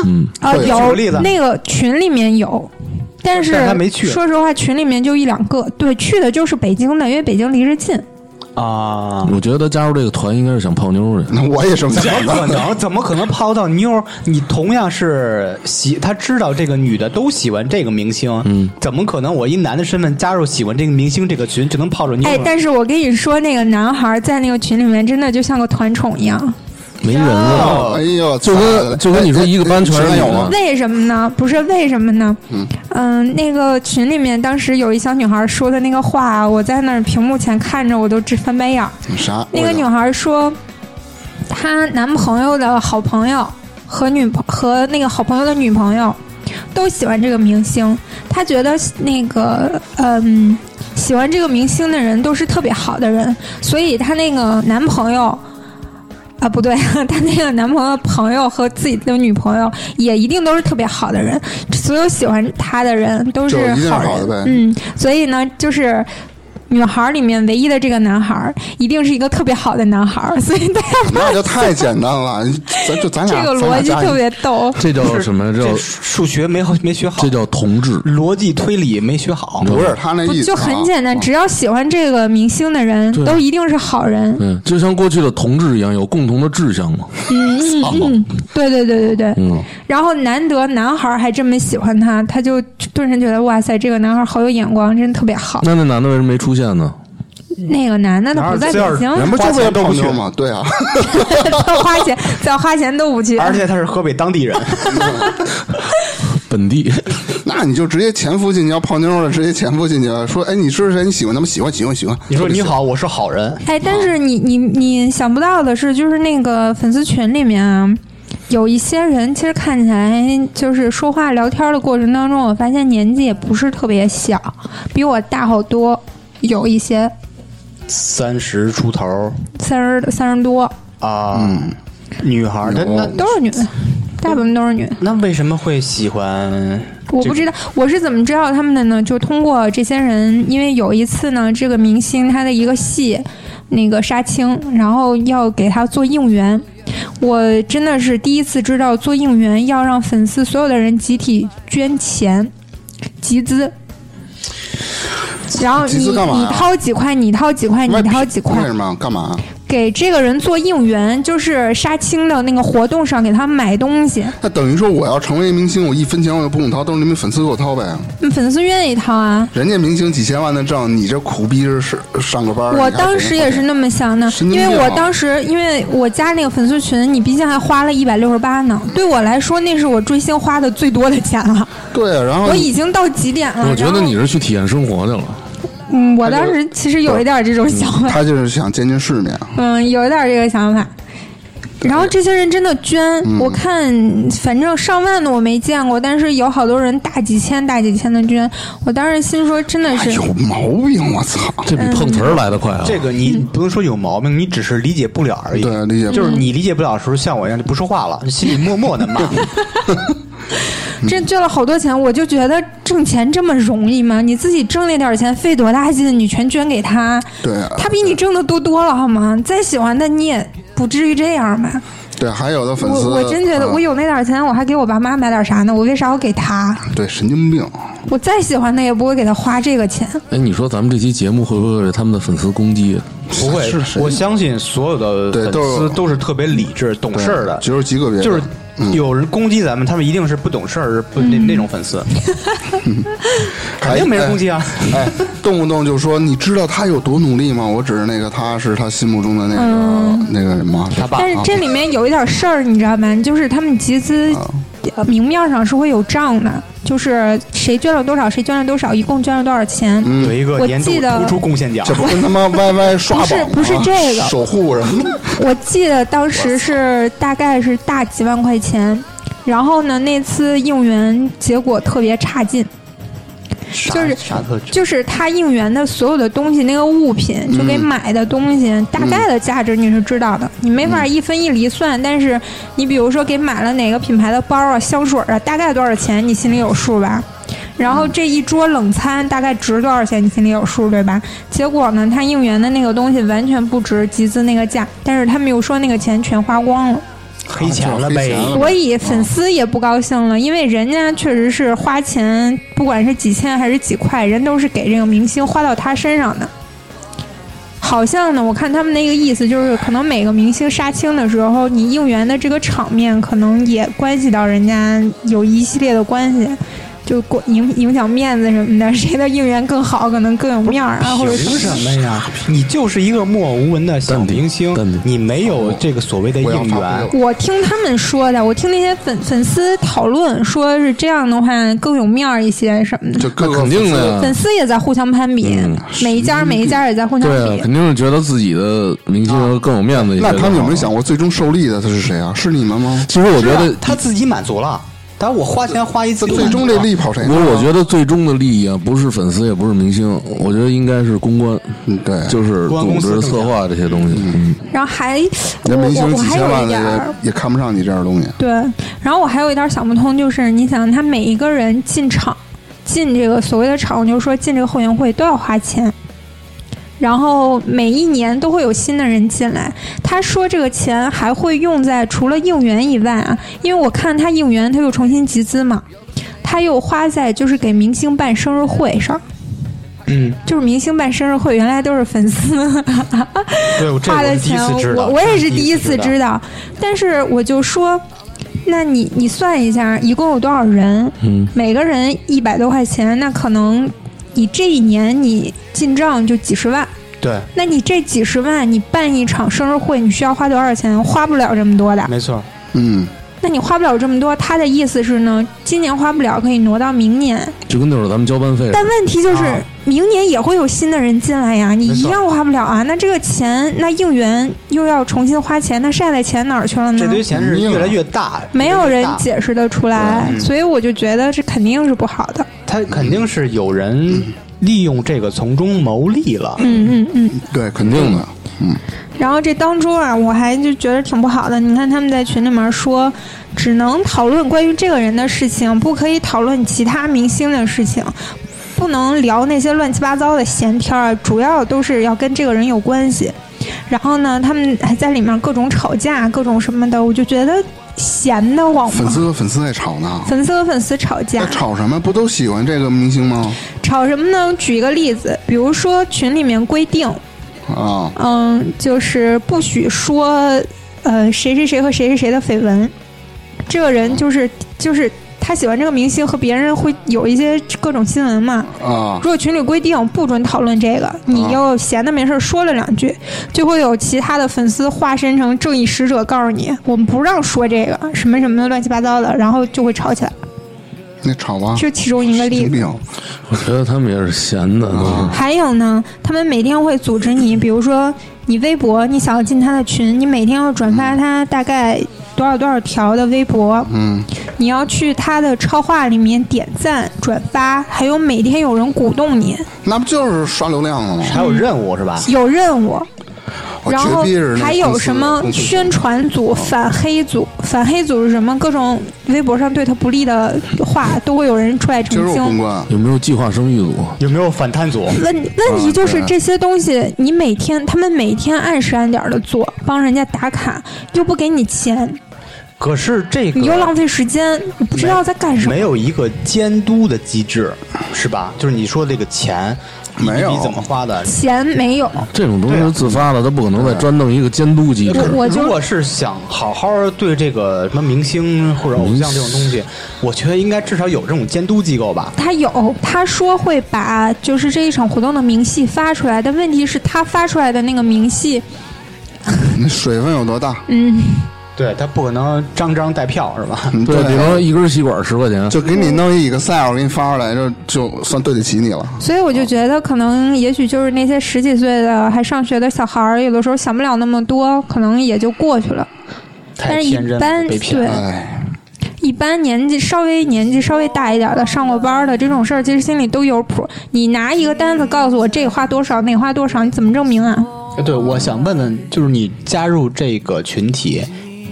E: 嗯
C: 啊，
A: 啊，
B: 对
C: 举
A: 有
C: 个例子
A: 那个群里面有。但是
C: 但是他没去
A: 说实话，群里面就一两个，对，去的就是北京的，因为北京离着近。
C: 啊，
E: 我觉得加入这个团应该是想泡妞去。
B: 那我也这么
C: 怎
B: 想
C: 么可
B: 的。
C: 能？怎么可能泡到妞儿？你同样是喜，他知道这个女的都喜欢这个明星，嗯，怎么可能？我一男的身份加入喜欢这个明星这个群，就能泡着妞儿？
A: 哎，但是我跟你说，那个男孩在那个群里面真的就像个团宠一样，
E: 没人啊！
B: 哎呦，
E: 就跟就跟你说一个班全是
B: 哎哎哎
E: 女
B: 有吗
E: 的？
A: 为什么呢？不是为什么呢？嗯、那个群里面当时有一小女孩说的那个话，我在那儿屏幕前看着，我都直翻白眼儿。
B: 啥？
A: 那个女孩说，她男朋友的好朋友和女朋和那个好朋友的女朋友都喜欢这个明星，他觉得那个嗯喜欢这个明星的人都是特别好的人，所以他那个男朋友。啊，不对， 他那个男朋友朋友和自己的女朋友也一定都是特别好的人，所有喜欢他的人都是
B: 就一定是
A: 好人。
B: 好的呗
A: 嗯，所以呢，就是女孩儿里面唯一的这个男孩儿，一定是一个特别好的男孩儿， 所以大家
B: 那就太简单了，咱就咱
A: 这
B: 俩
A: 个
B: 哎咱俩
A: 逻辑
B: 加一
A: 特别逗。
E: 这叫什么？这
C: 这
E: 叫
C: 数学没好没学好，
E: 这叫同志。
C: 逻辑推理没学好。
B: 不是他那
A: 不
B: 意思，啊
A: 就很简单，。只要喜欢这个明星的人，都一定是好人。
E: 嗯，就像过去的同志一样，有共同的志向嘛。
A: 嗯嗯嗯，对对对对对。
E: 嗯，
A: 然后难得男孩儿还这么喜欢他，他就顿时觉得哇塞，这个男孩儿好有眼光，真特别好。
E: 那那男的为什么没出现呢？
A: 那个男的他不在北京，
B: 人不就
C: 花
B: 为了
C: 钱都不
B: 泡
C: 去
B: 妞吗？ 对啊，
A: 他花钱，再花钱都不去。
C: 而且他是河北当地人，
E: 本地
B: 那你就直接潜伏进去，要泡妞了，直接潜伏进去，说哎，你是谁？你喜欢他们？喜欢，喜欢，喜欢。
C: 你说
B: 特别
C: 你
B: 喜欢，
C: 好，我是好人，
A: 哎，但是你你你想不到的是，就是那个粉丝群里面啊，有一些人其实看起来就是说话聊天的过程当中，我发现年纪也不是特别小，比我大好多，有一些
C: 三十出头
A: 三十三十多
C: 啊，女孩儿，那那
A: 都是女的，大部分都是女的。
C: 那为什么会喜欢？
A: 我不知道我是怎么知道他们的呢？就通过这些人，因为有一次呢，这个明星他的一个戏，那个杀青，然后要给他做应援。我真的是第一次知道做应援要让粉丝所有的人集体捐钱集资，然后
B: 集
A: 你
B: 资干嘛
A: 你
B: 呀
A: 掏几块，你掏几块，你
B: 外
A: 掏几块
B: 为，什么？干嘛？
A: 给这个人做应援，就是杀青的那个活动上给他买东西。
B: 那等于说我要成为明星，我一分钱我也不用掏，都是你们粉丝给我掏呗。
A: 嗯粉丝愿意掏啊，
B: 人家明星几千万的挣，你这苦逼是上个班儿。
A: 我
B: 你还给人
A: 当时也是那么想的，
B: 神
A: 因
B: 经病
A: 为
B: 啊
A: 我当时因为我加那个粉丝群，你毕竟还花了一百六十八呢，对我来说那是我追星花的最多的钱了，
B: 对啊，然后
A: 我已经到极点了。
E: 我觉得
A: 然后
E: 你是去体验生活去了。
A: 嗯，我当时其实有一点这种想法，
B: 他就是想见见世面。
A: 嗯，有一点这个想法。然后这些人真的捐，我看反正上万的我没见过，但是有好多人大几千、大几千的捐，我当时心说真的
B: 哎，
A: 是，
B: 有毛病！我操！
E: 这比碰瓷儿来的快啊！
C: 这个你不能说有毛病，你只是理解不了而已。
B: 对理解不了
C: 就是你理解不了的时候，像我一样就不说话了，心里默默的骂。
B: 嗯
A: 这捐了好多钱，我就觉得挣钱这么容易吗？你自己挣那点钱费多大劲，你全捐给他，
B: 对啊
A: 他比你挣的多多了好吗？再喜欢的你也不至于这样吧？
B: 对，还有的粉丝，
A: 我我真觉得
B: 嗯
A: 我有那点钱，我还给我爸妈买点啥呢？我为啥要给他？
B: 对神经病。
A: 我再喜欢的也不会给他花这个钱。
E: 哎，你说咱们这期节目会不会被他们的粉丝攻击？
C: 不会
B: 是，是
C: 我相信所有的
B: 对
C: 粉
B: 都
C: 丝
B: 有
C: 都是特别理智、懂事儿的，
B: 只有极个别的
C: 就是嗯有人攻击咱们，他们一定是不懂事儿、不那那种粉丝，嗯 肯定没人攻击啊。
B: 哎，动不动就说你知道他有多努力吗？我指着那个他是他心目中的那个、
A: 嗯
B: 那个人吗？
C: 他爸
A: 但是这里面有一点事儿，你知道吗？就是他们集资，
B: 啊
A: 呃明面上是会有账的，就是谁捐了多少，谁捐了多少，一共捐了多少钱。
B: 嗯
C: 嗯有一个
A: 我
C: 年度
A: 记得
C: 突出贡献奖
B: 这，不跟他妈 YY 刷榜吗
A: 不是不是这个
B: 啊守护什么的？
A: 我记得当时是大概是大几万块钱，然后呢，那次应援结果特别差劲，
C: 啥
A: 就是
C: 啥特质？
A: 就是他应援的所有的东西，那个物品就给买的东西，
C: 嗯
A: 大概的价值你是知道的，你没法一分一厘算，但是你比如说给买了哪个品牌的包啊、香水啊，大概多少钱，你心里有数吧？然后这一桌冷餐大概值多少钱，你心里有数对吧？结果呢，他应援的那个东西完全不值集资那个价，但是他们又说那个钱全花光了。
C: 黑钱了
B: 黑
C: 呗
B: 钱。了
A: 所以粉丝也不高兴了，因为人家确实是花钱，不管是几千还是几块，人都是给这个明星花到他身上的。好像呢，我看他们那个意思就是，可能每个明星杀青的时候，你应援的这个场面，可能也关系到人家有一系列的关系。就过影影响面子什么的，谁的应援更好，可能更有面儿 啊，或者
C: 凭什么呀？你就是一个默默无闻的小明星
E: 淡定淡，定
C: 你没有这个所谓的
B: 我要
C: 应
B: 发挥了
C: 援。
A: 我听他们说的，我听那些粉粉丝讨论，说是这样的话更有面儿一些什么的。
B: 就各
E: 那
B: 个
E: 肯定的呀
B: 嗯
A: 粉丝也在互相攀比，每一家每一家也在互相
E: 对啊，
A: 比。
E: 肯定是觉得自己的明星
C: 啊
E: 更有面子一些。
B: 那他们有没有想过最终受力的他是谁啊？是你们吗？
E: 其实我觉
C: 是
E: 得
C: 啊他自己满足了，但我花钱花一次，
B: 最终这利跑谁呢？
E: 我我觉得最终的利益啊，不是粉丝，也不是明星，我觉得应该是公关，
B: 嗯对
E: 就是
C: 公关
E: 组
C: 公司
E: 织
C: 挣钱
E: 策划这些东西。嗯，
A: 然后还我
B: 那明
A: 我
B: 星
A: 我
B: 几
A: 还
B: 千
A: 有
B: 万
A: 一
B: 的
A: 点儿
B: 也也看不上你这样的东西。
A: 对，然后我还有一点儿想不通，就是你想他每一个人进场，进这个所谓的场，就是说进这个后援会都要花钱，然后每一年都会有新的人进来。他说这个钱还会用在除了应援以外啊，因为我看他应援，他又重新集资嘛，他又花在就是给明星办生日会上。
C: 嗯，
A: 就是明星办生日会，原来都是粉丝
C: 对，我这
A: 花
C: 我
A: 的
C: 是第一
A: 钱
C: 次，知道，
A: 我我也是第
C: 第
A: 一次知道。但是我就说，那你你算一下，一共有多少人？
E: 嗯，
A: 每个人一百多块钱，那可能你这一年你进账就几十万。
C: 对，
A: 那你这几十万，你办一场生日会，你需要花多少钱？花不了这么多的。
C: 没错，
B: 嗯，
A: 那你花不了这么多，他的意思是呢，今年花不了，可以挪到明年。
E: 就跟那会儿咱们交班费似的，
A: 但问题就是
C: 啊，
A: 明年也会有新的人进来呀，你
C: 没
A: 一
C: 错
A: 样花不了啊。那这个钱，那应援又要重新花钱，那晒的钱哪儿去了
C: 这堆
A: 呢？
C: 钱是越来越大，
A: 没有人
C: 越来越大
A: 解释得出来，
C: 嗯
A: 所以我就觉得这肯定是不好的。
C: 他肯定是有人利用这个从中牟利了。
A: 嗯嗯嗯。
B: 对，肯定的。
A: 然后这当中啊，我还就觉得挺不好的。你看他们在群里面说，只能讨论关于这个人的事情，不可以讨论其他明星的事情。不能聊那些乱七八糟的闲天儿，主要都是要跟这个人有关系。然后呢，他们还在里面各种吵架，各种什么的，我就觉得闲得慌嘛。
B: 粉丝和粉丝在吵呢，
A: 粉丝和粉丝吵架
B: 在，吵什么？不都喜欢这个明星吗？
A: 吵什么呢？举一个例子，比如说群里面规定，
B: 啊，
A: 嗯，就是不许说，呃，谁谁谁和谁谁谁的绯闻。这个人就是就是他喜欢这个明星和别人会有一些各种新闻嘛，
B: 啊
A: 如，果群里规定不准讨论这个，你又闲的没事儿说了两句，就会有其他的粉丝化身成正义使者，告诉你我们不让说这个什么什么的乱七八糟的，然后就会吵起来。
B: 那吵吧，
A: 这其中一个例子。
B: 神经病。
E: 我觉得他们也是闲的。嗯
A: 还有呢，他们每天会组织你，比如说你微博，你想要进他的群，你每天要转发他大概多少多少条的微博，
B: 嗯，
A: 你要去他的超话里面点赞、转发，还有每天有人鼓动你，
B: 那不就是刷流量了吗？
C: 还有任务是吧？
A: 有任务，
B: 我
A: 然
B: 哦绝
A: 后
B: 逼是那
A: 还
B: 公
A: 有
B: 司
A: 什么
B: 公司哦
A: 宣传组、反黑组？反黑组是什么？各种微博上对他不利的话，都会有人出来
B: 就
A: 澄
B: 是我公
A: 清。
B: 关，
E: 有没有计划生育组？啊
C: 有没有反贪组？
A: 问问题就是
C: 嗯
B: 对
A: 这些东西，你每天他们每天按时按点的做，帮人家打卡，又不给你钱，
C: 可是这
A: 你又浪
C: 个
A: 费时间，你不知道在干什么
C: 没。有一个监督的机制，是吧？就是你说这个钱，你
B: 没有
C: 你怎么花的？
A: 钱没有，
E: 这种
B: 啊
E: 东西是自发的，他不可能再专弄一个监督机制。
A: 我就
C: 如果是想好好对这个什么明星或者偶像这种东西，我觉得应该至少有这种监督机构吧。
A: 他有，他说会把就是这一场活动的明细发出来，但问题是，他发出来的那个明细，嗯
B: 那水分有多大？
C: 对他不可能张张带票是吧？
B: 嗯
E: 对，比方说一根吸管十块钱，
B: 就给你弄一 Excel 给你发出来，就就算对得起你了。
A: 所以
C: 哦
A: 我就觉得，可能也许就是那些十几岁的还上学的小孩儿，有的时候想不了那么多，可能也就过去了。
C: 太
A: 但是一
C: 天真
A: 般
C: 了，被骗了。
A: 对
B: 哎，
A: 一般年纪稍微年纪稍微大一点的，上过班儿的这种事儿，其实心里都有谱。你拿一个单子告诉我这花多少，那花多少，你怎么证明啊？
C: 哎对，我想问问，就是你加入这个群体，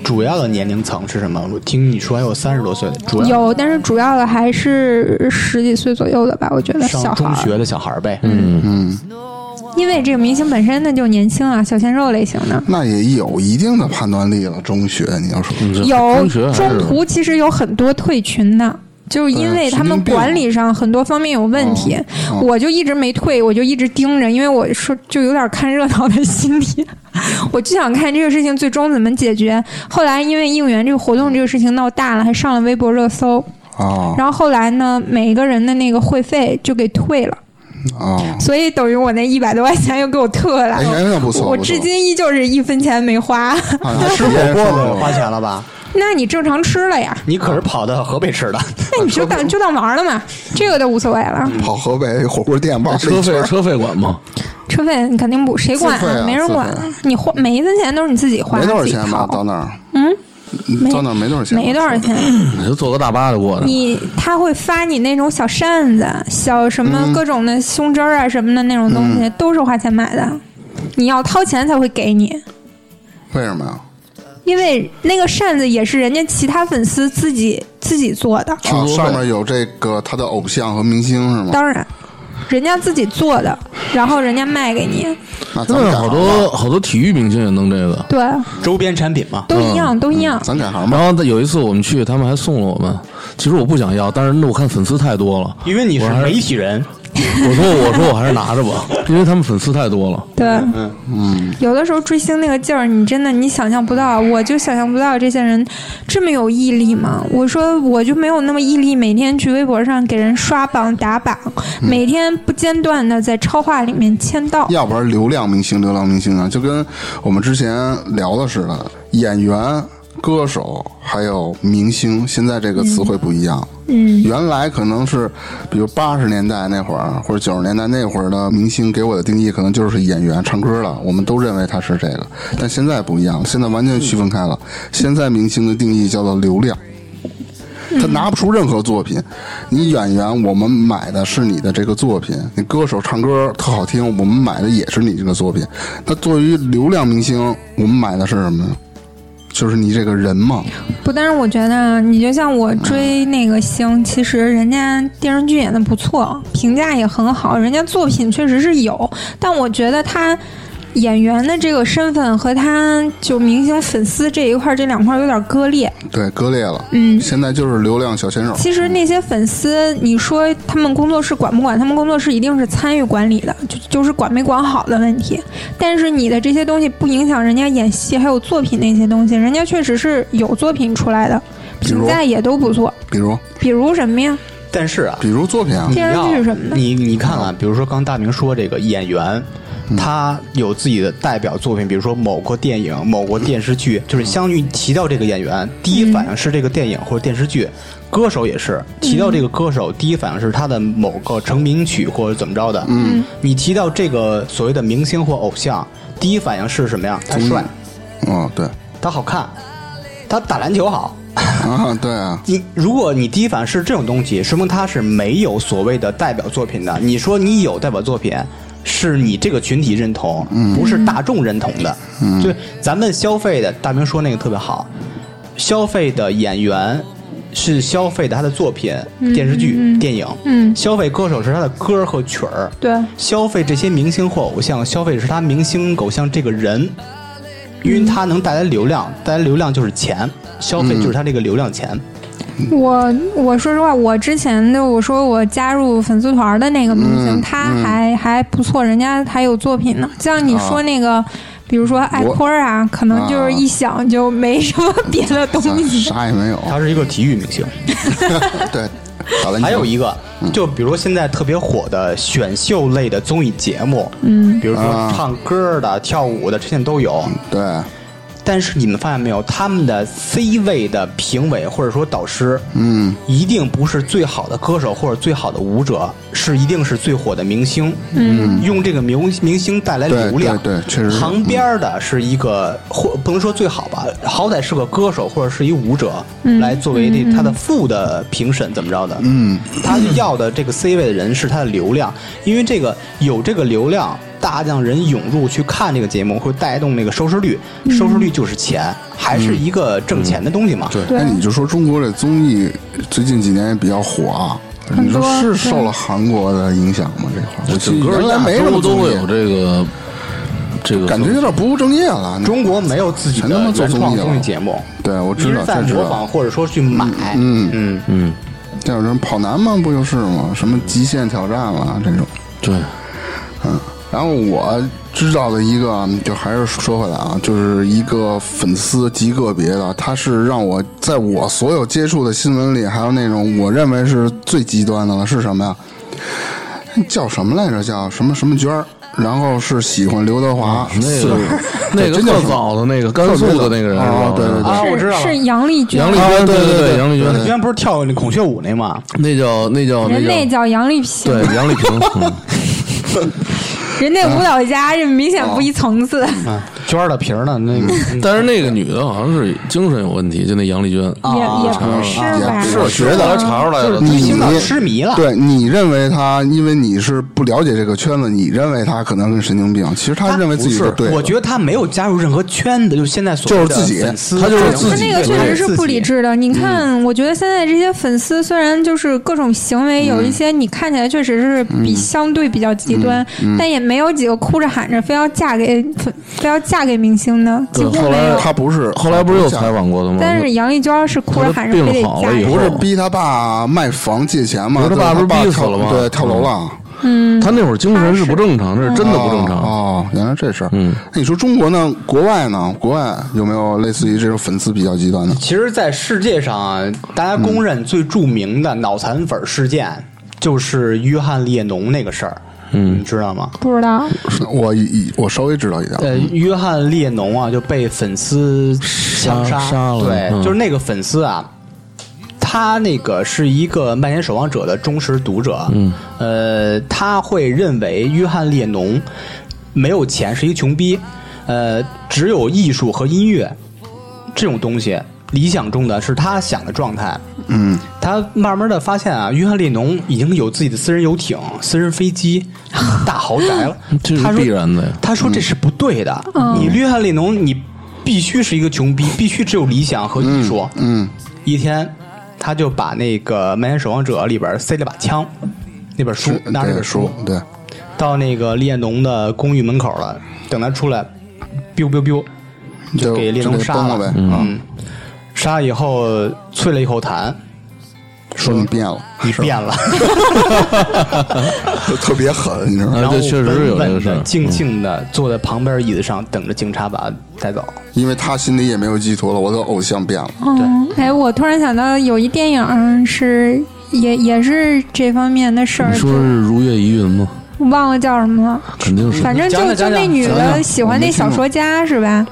C: 主要的年龄层是什么？我听你说还有三十多岁的，主要
A: 有，但是主要的还是十几岁左右的吧，我觉得小孩
C: 上中
A: 儿。
C: 学的小孩儿呗。嗯，
A: 因为这个明星本身那就年轻啊，小鲜肉类型的。
B: 那也有一定的判断力了。中学你要说，
E: 这
A: 有
E: 嗯中
B: 啊
E: 学还
A: 中
E: 是
A: 途其实有很多退群的，就是因
B: 嗯
A: 为他们管理上很多方面有问题，
B: 哦
A: 我就一直没退，我就一直盯着，因为我说就有点看热闹的心理， 我就想看这个事情最终怎么解决。后来因为应援这个活动这个事情闹大了，还上了微博热搜。
B: 啊
A: 然后后来呢，每一个人的那个会费就给退了，
B: 啊！
A: 所以等于我那一百多块钱又给我退了。
B: 哎，那不错，
A: 我
B: 不
A: 至
B: 错
A: 今依旧是一分钱没花。
B: 啊 吃火锅
C: 的花
B: 了，
C: 钱了吧？
A: 那你正常吃了呀？
C: 你可是跑到河北吃的，
A: 那你就当就当玩儿了嘛，这个都无所谓了。
B: 跑河北火锅店吧，
E: 车费车费管吗？
A: 车费你肯定不，谁管
B: 自费啊
A: 没人管
B: 自费。
A: 你花每一分钱都是你自己花，
B: 没多少钱
A: 自己
B: 吧？
A: 掏
B: 到那儿，嗯，到那儿没多少钱吧，
A: 没多少钱。
E: 你就坐个大巴就过去 了。
A: 你他会发你那种小扇子、小什
B: 嗯
A: 么各种的胸针儿啊什么的那种东西，都是花钱买的。你要掏钱才会给你，
B: 为什么呀？
A: 因为那个扇子也是人家其他粉丝自己自己做的，
B: 啊，
E: 费
B: 上面有这个他的偶像和明星是吗？
A: 当然人家自己做的，然后人家卖给你，
B: 那咱
E: 现
B: 们
E: 在
B: 改
E: 好
B: 行吧，
E: 多好多体育明星也弄这个。
A: 对，
C: 周边产品嘛。
B: 嗯
A: 都一样，都一样。
B: 咱改行吧。
E: 然后有一次我们去，他们还送了我们。其实我不想要，但是那我看粉丝太多了，
C: 因为你是媒体人，
E: 我说我说我还是拿着吧，因为他们粉丝太多了。
A: 对，有的时候追星那个劲儿，你真的你想象不到，我就想象不到这些人这么有毅力嘛。我说我就没有那么毅力，每天去微博上给人刷榜打榜，每天不间断的在超话里面签到。
B: 要不然流量明星，流量明星啊，就跟我们之前聊的似的，演员、歌手还有明星，现在这个词汇不一样。嗯，原来可能是比如八十年代那会儿或者九十年代那会儿的明星，给我的定义可能就是演员、唱歌的，我们都认为他是这个。但现在不一样，现在完全区分开了。现在明星的定义叫做流量。他拿不出任何作品。你演员，我们买的是你的这个作品；你歌手唱歌特好听，我们买的也是你这个作品。那对于流量明星，我们买的是什么呢？就是你这个人嘛，
A: 不，但是我觉得啊，你就像我追那个星，其实人家电视剧演的不错，评价也很好，人家作品确实是有，但我觉得他。演员的这个身份和他就明星粉丝这一块儿这两块儿有点割裂，
B: 对，割裂了。
A: 嗯
B: 现在就是流量小鲜肉。
A: 其实那些粉丝，你说他们工作室管不管？他们工作室一定是参与管理的，就就是管没管好的问题。但是你的这些东西不影响人家演戏，还有作品那些东西，人家确实是有作品出来的，
B: 比如
A: 评价也都不错。
B: 比如，
A: 比如什么呀？
C: 但是啊，
B: 比如作品啊，
C: 你
A: 电视
C: 要
A: 剧什么的
C: 你你看啊看，比如说刚大明说这个演员。他有自己的代表作品，比如说某个电影、某个电视剧，就是相遇提到这个演员，第
A: 嗯
C: 一反应是这个电影或者电视剧。歌手也是
A: 嗯
C: 提到这个歌手，第一反应是他的某个成名曲或者怎么着的。嗯，你提到这个所谓的明星或偶像，第一反应是什么呀？他帅，
B: 嗯，对
C: 他好看，他打篮球好，
B: 啊，对啊，
C: 你如果你第一反应是这种东西，说明他是没有所谓的代表作品的。你说你有代表作品，是你这个群体认同，
A: 嗯
C: 不是大众认同的。对，咱们消费的，大明说那个特别好，消费的演员是消费的他的作品、电视剧、电影，
A: 嗯
C: 消费歌手是他的歌和曲儿，
A: 对，
C: 消费这些明星或偶像，消费的是他明星偶像这个人，因为他能带来流量，带来流量就是钱，消费就是他这个流量钱。
A: 我我说实话，我之前的我说我加入粉丝团的那个明星，
B: 嗯
A: 他还、还不错，人家还有作品呢。像你说那个，比如说艾
B: 我
A: 坤儿啊，可能就是一想就没什么别的东
B: 咱
A: 西。
B: 啊啥也没有。
C: 他是一个体育明星。嗯
B: 对，打篮球。
C: 还有一个，就比如说现在特别火的选秀类的综艺节目，嗯，比如说
B: 啊
C: 唱歌的、跳舞的，这些都有。
B: 对，
C: 但是你们发现没有，他们的 C 位的评委或者说导师，
B: 嗯，
C: 一定不是最好的歌手或者最好的舞者，是一定是最火的明星。嗯，用这个明明星带来流量，
B: 对对对确实是
C: 旁边的是一个或不能说最好吧，好歹是个歌手或者是一舞者，
A: 嗯
C: 来作为这他的副的评审怎么着的？嗯，他要的这个 C 位的人是他的流量，因为这个有这个流量。大量人涌入去看这个节目，会带动那个收视率，
A: 嗯
C: 收视率就是钱，还是一个挣钱的东西嘛。
B: 对，那哎你就说中国这综艺最近几年也比较火啊，你说
A: 多
B: 是
A: 对
B: 受了韩国的影响吗？这块儿，我记
E: 整
B: 得
E: 个
B: 原来
E: 亚
B: 没什
E: 洲
B: 么
E: 都
B: 综
E: 会
B: 艺
E: 有这个啊这个
B: 感觉有点不务正业了。
C: 中国没有自己的
B: 全他妈做
C: 原
B: 综
C: 创
B: 艺了
C: 综艺节目，
B: 对，我
C: 一
B: 知
C: 直
B: 道，啊
C: 在
B: 这知
C: 模仿
B: 道。
C: 或者说去买。
B: 嗯
C: 嗯，
E: 嗯，
B: 这有什么跑男吗？不就是吗？什么极限挑战啦这种，
E: 对，
B: 啊然后我知道的一个，啊就还是说回来啊，就是一个粉丝极个别的，他是让我在我所有接触的新闻里，还有那种我认为是最极端的了，是什么呀？叫什么来着？叫什么什么娟儿？然后是喜欢刘德华，
E: 那
B: 是
E: 个那个
B: 真叫
E: 特
B: 什么
E: 早的那个甘肃的那个人是吧
B: 哦？对对对
C: 啊我知
A: 是
C: 道了
A: 是杨丽娟
E: 杨，丽
B: 啊
E: 娟，
B: 对对
E: 对
B: 对
E: 杨丽
C: 那
E: 娟，
C: 原不是跳那孔雀舞那吗？
E: 那叫那叫
A: 人那
E: 那叫
A: 叫杨丽萍，
E: 对杨丽萍，嗯
A: 人那舞蹈家这明显不一层次。
B: 嗯
C: 啊，娟儿的皮儿呢？那个
E: 但是那个女的好像是精神有问题，就那杨丽娟。
A: 也
C: 啊
A: 也不是
B: 也
A: 吧，
B: 不是我觉得
E: 后来查出来 了，
B: 你
C: 对青岛痴迷 了。
B: 对你认为他，因为你是不了解这个圈子，你认为他可能跟神经病，其实他认为自己
E: 不是
B: 对的。
C: 我觉得他没有加入任何圈子，就是现在所谓
B: 就
C: 的
B: 是自己
C: 粉丝
E: 他就是
A: 他
E: 自己
A: 那个确实是不理。智的。嗯你看，我觉得现在这些粉丝虽然就是各种行为有一些你看起来确实是比相对比较极端，但也没有几个哭着喊着非要嫁给粉非要嫁给明星的，几
E: 对
A: 乎
E: 后
A: 没
E: 来
A: 有。
B: 他啊不是，
E: 后来不是有
B: 他
E: 采访过的吗？
A: 但是杨丽娟是哭着喊着非得
E: 她的病好
A: 嫁
E: 了以
A: 人
E: 后
B: 不是逼他爸卖房借钱吗？
E: 不是他爸
B: 对
E: 不是逼死
B: 跳
E: 了吗
B: 对，跳楼了，
E: 他那会儿精神是不正常，这是真的不正常。
B: 哦。哦原来这事儿。嗯，那你说中国呢？国外呢？国外有没有类似于这种粉丝比较极端的？
C: 其实，在世界上啊，大家公认最著名的脑残粉事件，就是约翰列侬那个事儿，嗯，你知道吗？
A: 不知道，
B: 我以我稍微知道一点。
C: 呃，
E: 嗯
C: 约翰列侬啊就被粉丝枪杀，
E: 杀杀了
C: 对，
E: 嗯。
C: 就是那个粉丝啊。他那个是一个《漫天守望者》的忠实读者，嗯，呃，他会认为约翰列侬没有钱是一穷逼，呃，只有艺术和音乐这种东西，理想中的是他想的状态。
B: 嗯，
C: 他慢慢的发现啊，约翰列侬已经有自己的私人游艇、私人 飞机、大豪宅了
E: 这是
C: 他说
E: 必然的呀
C: 他说这是不对的。
B: 嗯
C: 你约翰列侬，你必须是一个穷逼，必须只有理想和艺术。
B: 嗯，
C: 一天，他就把那个《漫天守望者》里边塞了把枪，那本书
B: 是
C: 拿着
B: 对
C: 本
B: 书
C: 书
B: 对，
C: 到那个列侬的公寓门口了，等他出来，biu biu biu，
B: 就
C: 给列
B: 就
C: 侬
B: 给
C: 杀
B: 崩了呗。嗯，
C: 嗯，杀了以后啐了一口痰，
B: 说你变了，
C: 你变了。
B: 特别狠，你知道吗？
E: 啊，
C: 然后
E: 这确实是有这
C: 稳
E: 个
C: 稳
E: 事
C: 的、
E: 儿。嗯
C: 静静的坐在旁边椅子上，等着警察把他带走。
B: 因为他心里也没有寄托了，我的偶像变了。
A: 嗯，哎，我突然想到有一电影是也也是这方面的事儿
E: 你，说是如月疑云吗？
A: 忘了叫什么了。
E: 肯定是
A: 反正
C: 讲
A: 就就
C: 讲讲
A: 那
C: 讲
A: 女
B: 讲
A: 的
B: 讲
A: 喜欢
B: 我没
A: 那
B: 听
A: 小
B: 过
A: 说家是吧？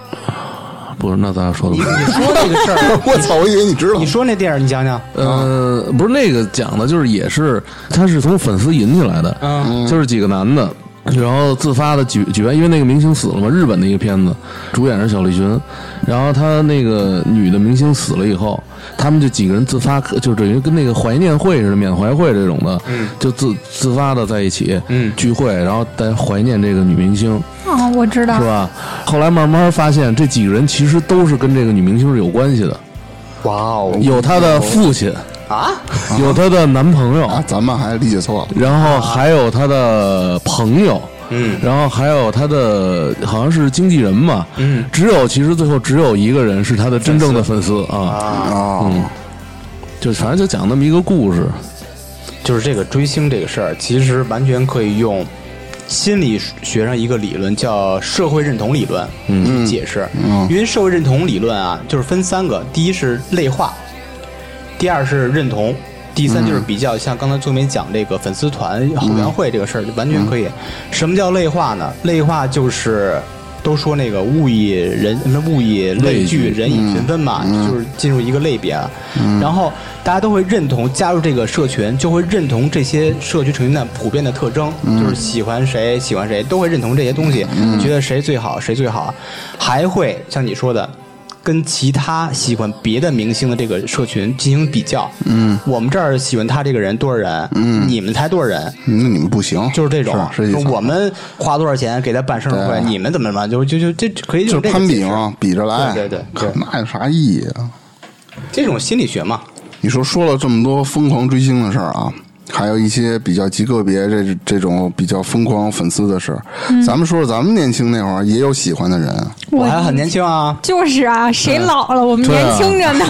E: 不是，那咱俩说的不一样。
C: 你说那个事儿，
B: 我操！我以为你知道
C: 你。说那电影，你讲 讲。
E: 呃，不是那个讲的，就是也是，他是从粉丝引起来的，
C: 嗯
E: 就是几个男的，然后自发的举举办，因为那个明星死了嘛，日本的一个片子，主演是小栗旬，然后他那个女的明星死了以后，他们就几个人自发，就等于跟那个怀念会似的，缅怀会这种的，就自自发的在一起，
C: 嗯
E: 聚会，然后在怀念这个女明星，
A: 哦，我知道
E: 是。吧？后来慢慢发现，这几个人其实都是跟这个女明星是有关系的，
C: 哇哦
E: 有她的父亲，
C: 啊！
E: 有她的男朋友。
B: 啊，咱们还理解错了。
E: 然后还有他的朋友，
C: 嗯
E: 然后还有他的好像是经纪人嘛，
C: 嗯，
E: 只有其实最后只有一个人是他的真正的粉丝啊，
C: 啊，
B: 啊，
E: 就反正就讲那么一个故事，
C: 就是这个追星这个事儿，其实完全可以用心理学上一个理论叫社会认同理论
E: 嗯
C: 去解释。因为社会认同理论啊，就是分三个：第一是类化，第二是认同，第三就是比较。像刚才宗明讲这个粉丝团后援会这个事儿，完全可以。什么叫类化呢？类化就是。都说那个物以人，什么物以类聚，
E: 类聚
C: 人以群分嘛，就是进入一个类别啊。然后大家都会认同加入这个社群，就会认同这些社区成员的普遍的特征，就是喜欢谁，喜欢谁，都会认同这些东西，觉得谁最好，谁最好，还会像你说的。跟其他喜欢别的明星的这个社群进行比较，嗯，我们这儿喜欢他这个人多少人，嗯，你们才多少人，
B: 那你们不行，
C: 就是这种，
B: 是是
C: 说
B: 意思
C: 我们花多少钱给他办生日
B: 对
C: 会，你们怎么怎么，就就就这可以
B: 就是
C: 这
B: 是
C: 个
B: 攀
C: 解
B: 比
C: 释
B: 嘛，比着来，
C: 对对对对
B: 那有啥意义啊？
C: 这种心理学嘛，
B: 你说说了这么多疯狂追星的事儿啊，还有一些比较极个别这这种比较疯狂粉丝的事儿。
A: 嗯
B: 咱们说说咱们年轻那会儿也有喜欢的人，
C: 我还很年轻啊，
A: 就是啊，谁老了，我们
B: 对啊啊
A: 年轻着呢。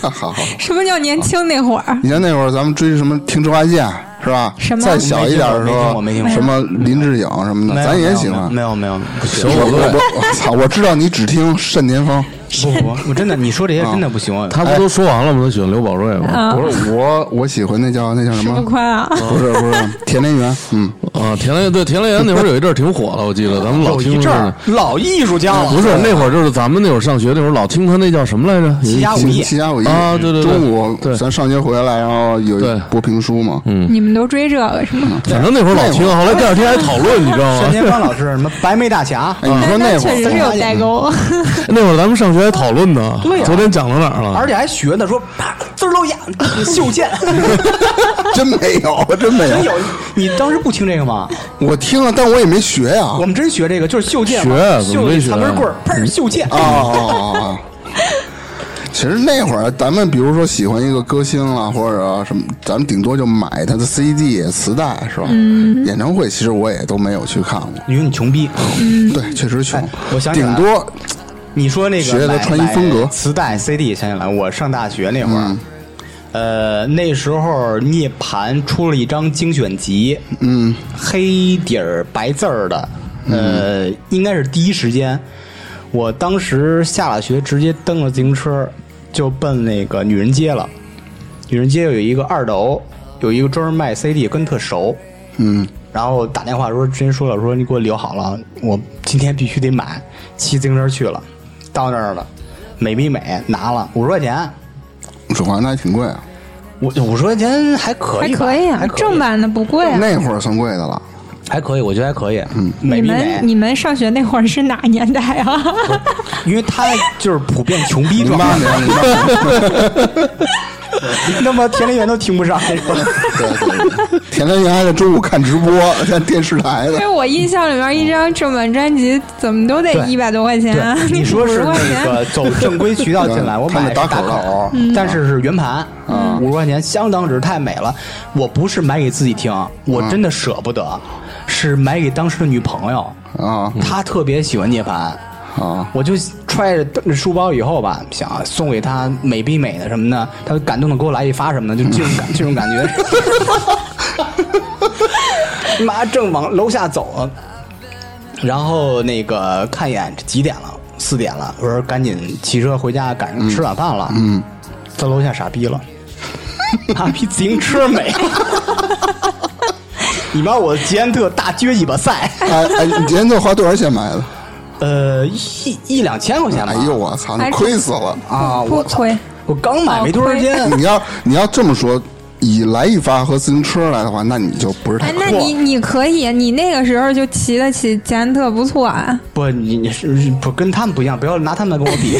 B: 好好好。
A: 什么叫年轻那会儿？
B: 以前那会儿咱们追什么听周华健是吧？
A: 什么
B: 再小一点的时候，
C: 没听过没听过
B: 什么林志颖什么
C: 没
B: 的，
C: 有
B: 啊咱
C: 没
B: 也
C: 有
B: 喜欢。
C: 没有没有，不
B: 我
C: 行，
B: 我我操！我知道你只听单田芳，
C: 不不不，我真的，你说这
B: 啊
C: 些真的不行。哎
E: 他不都说完了吗？他喜欢刘宝瑞吗？
B: 不是我我喜欢那叫那叫什
A: 什么
B: 么？
A: 宽啊？
B: 不是 不是田连元，嗯，
E: 啊，田雷对田雷岩那会儿有一阵儿挺火的，我记得咱们老
C: 有
E: 听
C: 一
E: 说
C: 阵儿哦
E: 呢。
C: 老艺术家
B: 啊
C: 了，
E: 不是那会儿，就是咱们那会儿上学那会儿，老听他那叫什么来着？
C: 齐家武
B: 七
C: 艺，
B: 七侠五义
E: 啊对对对
B: 中午
E: 对
B: 咱上学回来，然后有
E: 对
B: 一播评书嘛，嗯，
A: 你们都追这个是吗？
E: 反正那会儿老听，后来第二天还讨论，你知 道
C: 单
E: 吗？
C: 田芳老师什么白眉大侠，
B: 哎，你说
A: 那
B: 那会
A: 确实
B: 儿
A: 是
C: 嗯
A: 有代沟。
E: 那会儿咱们上学还讨论呢。
C: 对呀
E: 昨天讲到哪儿了？
C: 而且还学呢，说啪滋儿露眼，秀剑，
B: 真没有，真没
C: 真
B: 有，
C: 有。你当时不听这个吗？
B: 我听了，但我也没学呀。
C: 我们真学这个，就是秀剑嘛，
E: 学怎么
C: 秀
E: 没
C: 一
E: 学
C: 长根棍儿，砰，秀剑
B: 啊啊啊啊！其实那会儿，咱们比如说喜欢一个歌星啊，或者什么，咱们顶多就买他的 CD 磁带，是吧？嗯。演唱会其实我也都没有去看过，
C: 你说你穷逼，
B: 对，确实穷
C: 哎。我想起来
B: 顶
C: 了
B: 多
C: 你说那个
B: 学的
C: 买
B: 穿衣风格嗯
C: 买磁带、CD，想起来我上大学那会儿，呃，那时候涅盘出了一张精选集，嗯，黑底儿白字儿的，
B: 嗯
C: 呃，应该是第一时间，我当时下了学，直接蹬了自行车就奔那个女人街了。女人街有一个二楼，有一个专门卖 CD，跟特熟，
B: 嗯，
C: 然后打电话说，之前说了，说你给我留好了，我今天必须得买。骑自行车去了，到那儿了，美必美拿了五十块钱，
B: 手环那还挺贵啊，
C: 我五十块钱还可
A: 还
C: 以吧，
A: 可以啊
C: 嗯还，可以嗯
A: 正版的不贵啊。
B: 那会儿算贵的了。
C: 还可以，我觉得还可以。嗯，美
A: 你
C: 必
A: 们
C: 美，
A: 你们上学那会儿是哪年代 啊？
C: 因为他就是普遍穷逼
B: 零
C: 状
B: 八
C: 态，
B: 年，零八年，
C: 那么田连元都听不上。
B: 对对 对，田连元还在中午看直播，看电视台
A: 因
B: 的
A: 为。我印象里面，一张正版专辑怎么都得
C: 对
A: 一百多块钱啊，
C: 你说是
A: 50块
C: 那
A: 钱。嗯
C: 个走正规渠道进来，我买的是
B: 嗯看着打
C: 打
B: 口嗯的
C: 口，但是是圆盘，五十块钱相当值，太美了。我不是买给自己听，我
B: 嗯
C: 真的舍不得，是买给当时的女朋友，
B: 啊
C: 她特别喜欢涅槃。
B: 啊！
C: 我就揣着书包以后吧，想啊送给她美必美的什么的，她感动的给我来一发什么的，就这种 感这种感觉。妈，正往楼下走，然后那个看一眼这几点了，四点了，我说赶紧骑车回家，赶上吃晚饭了。嗯，在楼下傻逼了， 妈逼自行车没 了。你妈我捷安特大撅尾巴赛，
B: 哎哎，你今天这花多少钱买的？
C: 呃，一一两千块钱吧。
B: 哎呦我操，你
A: 哎
B: 亏死了！
C: 啊，
A: 不哦
C: 我操
A: 亏，
C: 我刚买没多长时间，
B: 你要你要这么说，以来一发和自行车来的话，那你就不是太
A: 哎，
B: 贵
A: 那你你可以，啊你那个时候就骑得起捷安特，不错啊。
C: 不，你你是是不跟他们不一样，不要拿他们跟我 比。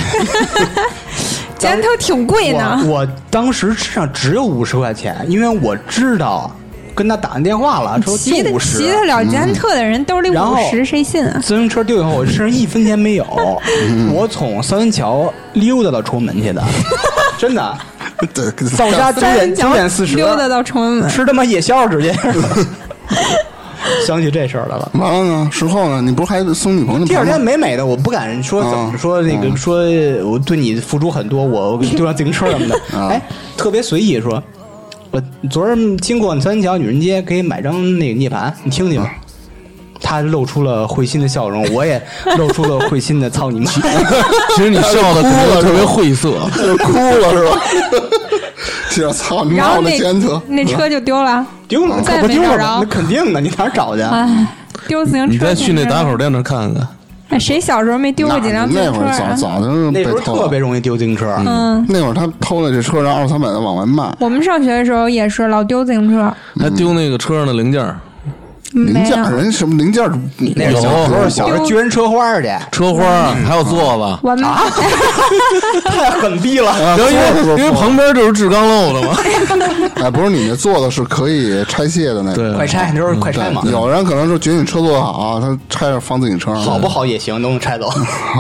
A: 捷安特挺贵
C: 我
A: 呢，
C: 我当时身上只有五十块钱，因为我知道跟他打完电话了，说
A: 骑
C: 就
A: 得
C: 五
A: 骑
C: 十。嗯
A: 得了捷安特的人兜里
C: 然
A: 五
C: 后
A: 十，谁信啊？
C: 自行车丢以后，我身上一分钱没有，
A: 嗯
C: 我从三元桥溜达到崇文门 去的，真的。
B: 对，
C: 到家九
A: 三
C: 点
A: 人
C: 九
A: 脚
C: 点四十，
A: 溜达到崇文门，
C: 吃他妈夜宵 直接。想起这事儿来了。
B: 完了呢，事后呢，你不是还送女朋友
C: 第二
B: 盘
C: 天
B: 吗？
C: 美美的，我不敢说怎么
B: 嗯
C: 说那个说呃我对你付出很多，我丢辆自行车什么的，哎，特别随意说，我昨儿经过三元桥女人街，给买张那个涅槃，你听听吧。他露出了会心的笑容，我也露出了会心的操你妈！
E: 其实你笑的可能特别晦 涩，
B: 就哭了是吧？ 这操你
A: 然
B: 妈！
A: 后
B: 我的
A: 那
B: 监测
A: 那车就丢了，
C: 丢了，
A: 再也
C: 可不
A: 没
C: 丢
A: 找
C: 了
A: 着
C: 吧，那肯定的，你哪儿找去？啊
A: 哎，丢自行车。
E: 你再去那打口店那儿看看。
A: 哎，谁小时候没丢过几辆自
B: 那
A: 行
B: 会
A: 车
B: 儿
A: 啊
B: 早？早就
C: 那
B: 被
C: 时候
B: 偷
C: 特别
B: 了。
C: 容易丢自行车，
A: 嗯，
B: 那会儿他偷了这车，然后二三百的往外卖，
A: 我们上学的时候也是老丢自行车，
E: 还丢那个车上的零件儿、
B: 零
A: 没
B: 件
A: 有。
B: 人什么零件儿
C: 那时候
E: 有
C: 小时候小时候撅人车花儿去，
E: 车花儿，还有座子。
A: 我们
B: 啊
C: 太狠逼了。
E: 然后因为因为旁边就是制钢漏的嘛，
B: 哎，不是你那做的是可以拆卸的那个。
C: 快
E: 对，
C: 拆，那时候快拆嘛，
B: 有人可能是觉得你车做的好，啊他拆着放自行车上。哦
C: 好不好也行，都能拆走。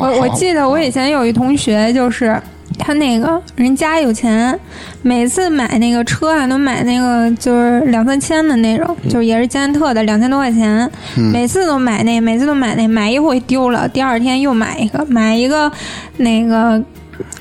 A: 我我记得我以前有一同学，就是他那个人家有钱，每次买那个车啊，都买那个就是两三千的那种，
B: 嗯
A: 就是也是捷安特的，两千多块钱，每次都买那，每次都买那，买一回丢了，第二天又买一个，买一个那个。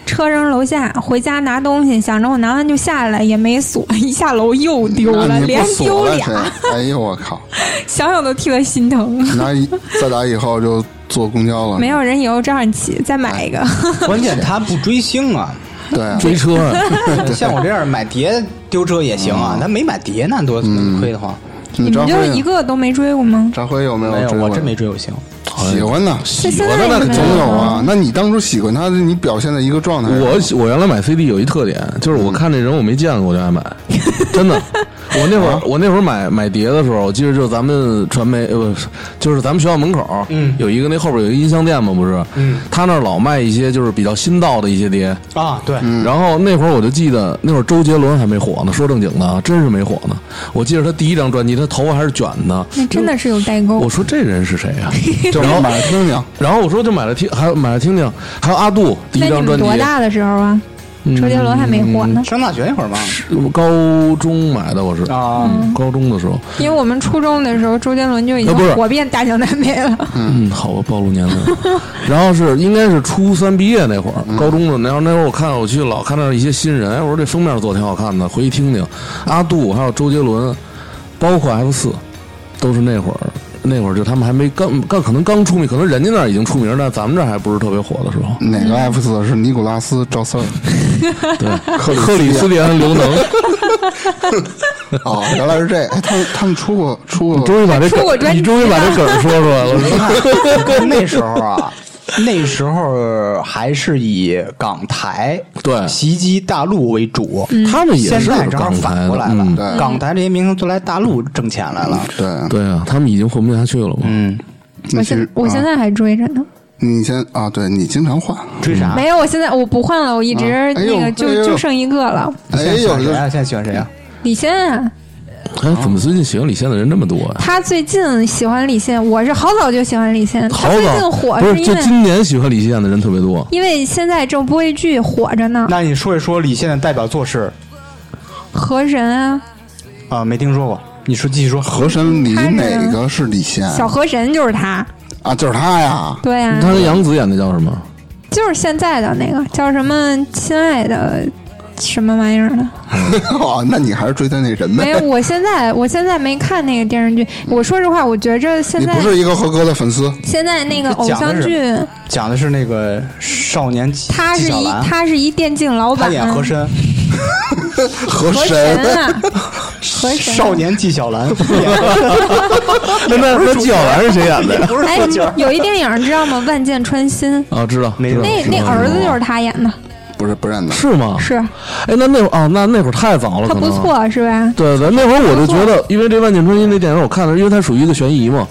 A: 车扔楼下，回家拿东西，想着我拿完就下来，也没锁，一下楼又丢
B: 那
A: 了，
B: 你
A: 连
B: 不锁
A: 丢
B: 了
A: 俩，
B: 谁？哎呦我靠！
A: 想想都替他心疼。
B: 那以再打以后就坐公交了。
A: 没有人以后照你起，再
B: 哎
A: 买一个。
C: 关键他不追星啊，
B: 对啊，
E: 追车 啊，
C: 像我这样买碟丢车也行啊，他没买碟那多亏得慌。
A: 你
B: 张
A: 们就是
B: 辉
A: 一个都没追过吗？
B: 张辉有没有
C: 没有，
B: 追过？
C: 嗯我真没追过星。
B: 喜欢呢，
A: 这
B: 喜
A: 现
B: 欢
A: 在也
B: 的那
A: 没
B: 总有
A: 有
B: 啊。那你当初喜欢他，你表现的一个状态，
E: 我我原来买 CD 有一特点，就是我看这人我没见过我就爱 买，真的。我那会儿我那会儿买买碟的时候，我记得就是咱们传媒呃不是，就是咱们学校门口，嗯，有一个那后边有一个音像店嘛，不是，嗯，他那儿老卖一些就是比较新到的一些碟，
C: 啊，对，
E: 然后那会儿我就记得，那会儿周杰伦还没火呢，说正经的啊，真是没火呢。我记得他第一张专辑，他头发还是卷的。
A: 那真的是有代沟
E: 我。说这人是谁呀、
B: 就买来听听。
E: 然后我说就买了听，还有买了听听，还有阿杜第
A: 那
E: 一
A: 你
E: 张
A: 们
E: 专辑，嗯
A: 多大的时候啊？周杰伦还没火呢，
C: 上大学那会儿嘛，
E: 高中买的我是，
A: 哦
C: 啊，
E: 高中的时候，
A: 因为我们初中的时候，周杰伦就已
E: 呃不是
A: 经火遍大江南北了。
E: 嗯，好吧，暴露年龄。 然后是应该是初三毕业那会儿，高中的，然后那会儿我看我去老看到一些新人，哎，我说这封面做得挺好看的，回去听听。阿杜还有周杰伦，包括 F 四，都是那会儿，那会儿就他们还没刚刚可能刚出名，可能人家那儿已经出名，但咱们这儿还不是特别火的时候。
B: 哪个 F 四是尼古拉斯赵四儿？
E: 对，克克里斯蒂安刘能，
B: 哦，原来是这。哎，他们他们出过出
E: 你
B: 过，
E: 终于把这
A: 出
E: 梗
A: 过专
E: 你终于
A: 辑
E: 把
A: 了
E: 这梗儿说出来 了。
C: 那时候啊，那时候还是以港台
E: 对
C: 袭击大陆为主，
E: 他们也
C: 嗯现
E: 是
C: 在正好
E: 港台
C: 反过
E: 的
C: 来了，
E: 嗯
B: 对
C: 港台这些明星都来大陆挣钱来了。
B: 对，
E: 对啊，他们已经混不下去了嘛。
C: 嗯，
B: 那啊
A: 我
B: 其
A: 现
B: 实
A: 我现在还追着呢，
B: 你先啊，对你经常换。
C: 追啥？
A: 没有，我现在我不换了，我一直
B: 啊哎呦
A: 那个就
B: 哎呦
A: 就剩一个了。
B: 哎
C: 现在喜
B: 呦
C: 欢，谁啊？现在喜欢谁啊？
A: 李现啊，
E: 哎，怎么最近喜欢李现的人这么多呀、
A: 他最近喜欢李现，我是好早就喜欢李现，他
E: 好
A: 最近
E: 早
A: 火
E: 不是
A: 因
E: 就
A: 为
E: 今年喜欢李现的人特别多。
A: 因为现在正播一剧火着呢，
C: 那你说一说李现的代表作是？
A: 河神啊，
C: 啊，没听说过。你说继续说。
B: 河神里
A: 他是
B: 哪个是李现
A: 小河神就是他，
B: 啊？就是他呀。
A: 对啊，
E: 他跟杨紫演的叫什么？
A: 就是现在的那个叫什么“亲爱的”什么玩意儿的。
B: 哦，那你还是追他那人
A: 没
B: 呗
A: 有，？我现在我现在没看那个电视剧。我说实话，我觉着现
B: 你
A: 在
B: 不是一个合格的粉丝。
A: 现在那个偶像剧，
C: 讲的是那个少年纪
A: 他
C: 纪
A: 是
C: 晓
A: 一
C: 岚，
A: 他是一电竞老
C: 他
A: 板，
C: 演和珅，
B: 河
A: 河
B: 神，
A: 啊，河神
C: 少年纪晓 岚，
E: 那那那纪晓岚是谁演 的呀？
C: 不是
A: 哎
C: 说劲儿，，
A: 有一电影知道吗？《万箭穿心》，
E: 啊，知道，
C: 没
E: 知道
A: 那
E: 知道
A: 那儿子就是他演的，
B: 不是不认得。
E: 是吗？
A: 是
E: 哎，那那会儿啊，那那会儿太早了，
A: 他
E: 可
A: 不
E: 能。
A: 错，是吧？
E: 对对，那会儿我就觉得，因为这《万箭穿心》那电影，我看的，因为它属于一个悬疑嘛。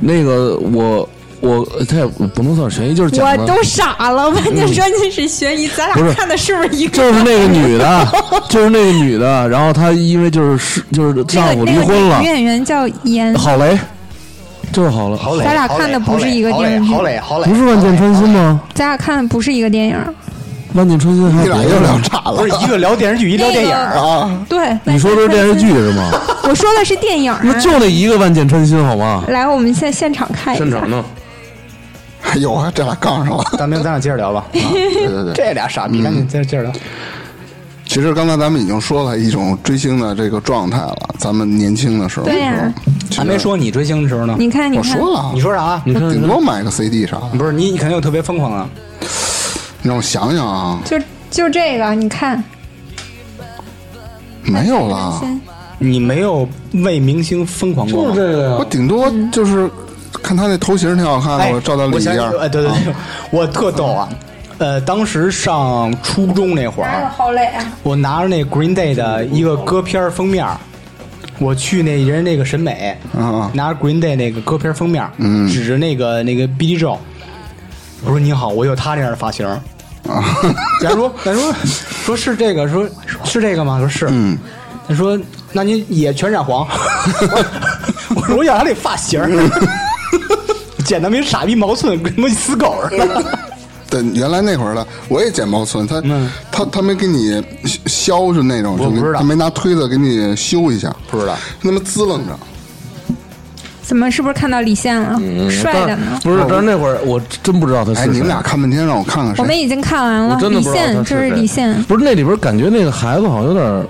E: 那个我我，它也不能算悬疑，就是讲
A: 我
E: 的，
A: 都傻了，《万箭穿心》是悬疑，咱
E: 不是
A: 俩看的是不是一
E: 就
A: 个？
E: 是那个女的， 就是那个女的，然后她因为就是是就是
A: 这
E: 丈
A: 个
E: 夫
A: 那
E: 离
A: 个
E: 婚了
A: 女，演员叫严
E: 郝蕾，就是郝蕾，
C: 郝蕾，
A: 咱俩
C: 郝
A: 看
C: 蕾
A: 的不是一个
C: 郝蕾
A: 电视剧
C: 郝蕾，郝蕾，
E: 不是《万箭穿心》吗？
A: 咱俩看的不是一个电影，
E: 《万箭穿心》还
B: 你
E: 有
B: 俩
E: 别
B: 又
E: 的
B: 聊
E: 吗
B: 岔了。
C: 不是一个聊电视剧，一聊电影
A: 那
C: 儿
A: 个
B: 啊，
A: 对，
E: 你说的是电视剧是吗？
A: 我说的是电影、啊
E: 那。就那一个《万箭穿心》好吗？
A: 来，我们现现场看一下。
E: 弄。
B: 哎呦，还这俩杠上了。
C: 大明，咱俩接着 聊吧。啊
B: 对对对，
C: 这俩傻逼，赶紧嗯接着接着聊。
B: 其实刚才咱们已经说了一种追星的这个状态了，咱们年轻的时候。
A: 对呀
B: 是吧
C: 还没，说你追星的时候呢。
A: 你看，你
B: 我
A: 看，
B: 说了，啊
C: 你说啥？啊
B: 顶多买个 CD 啥的。
C: 不是你，你肯定有特别疯狂的。啊
B: 你让我想想啊，
A: 就就这个，你看，
B: 没有啦，
A: 先
C: 你没有为明星疯狂过吗？
E: 个
B: 我顶多就是看他那头型挺好看
C: 嗯哎
B: 的，我照单
C: 我
B: 理一
C: 想
B: 下。
C: 哎，对对对，我特逗啊。呃，当时上初中那会儿，
A: 好累啊！
C: 我拿着那 Green Day 的一个歌片封面儿，我去那人那个审美，
B: 啊嗯
C: 拿着 Green Day 那个歌片封面儿，指着那个那个 Billy Joe，我说你好，我有他那样的发型。
B: 啊，
C: 咱说咱说说是这个，说是这个吗？说是，嗯，他说那你也全 染黄，我说我要他那 发型儿，剪他妈一傻逼毛寸，跟他妈死狗似的。
B: 对，原来那会儿的我也剪毛寸，他、他他没给你削是那种，
C: 嗯我
B: 就给
C: 不知道
B: 他没拿推子给你修一下，
C: 不知道
B: 那么滋楞着，
A: 怎么是不是看到李现了？帅的
F: 但
A: 呢？
F: 不是，但是那会儿我真不知道他是谁。
B: 哎，你们俩看半天，让我看看
A: 我们
B: 谁
A: 已经看完
F: 我
A: 了，
F: 真的
A: 李
F: 不知道他
A: 现，哦这
F: 谁
A: 是李
E: 嗯
A: 现。
F: 不是那里边感觉那个孩子好像有点儿，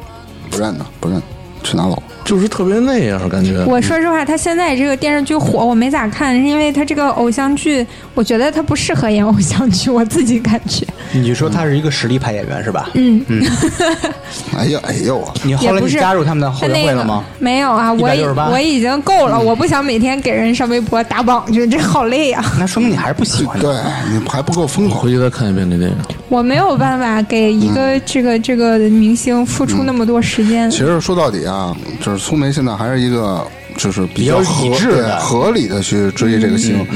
B: 不认呢？不认，去哪老？
F: 就是特别那样感觉。嗯
A: 我说实话，他现在这个电视剧火，我没咋看，是因为他这个偶像剧，我觉得他不适合演偶像剧，我自己感觉。
C: 你就说他是一个实力派演员是吧？
B: 哎呀哎呦啊！
C: 你后来
A: 嗯也不
C: 你
A: 是
C: 加入他们的后援会了吗？
A: 那个、没有啊，我已
C: 168
A: 我已经够
C: 嗯
A: 了，我不想每天给人上微博打榜去， 这好累啊！
C: 那说明你还是不喜欢他。
B: 对你还不够疯狂
F: 回，去再看一遍这电影。
A: 我没有办法给一个
C: 嗯
A: 这个、这个明星付出那么多时间。
B: 其实说到底啊，就是粗眉现在还是一个就是比
C: 比较
B: 合
C: 理智
B: 对
C: 的嗯
B: 合理的去追这个星。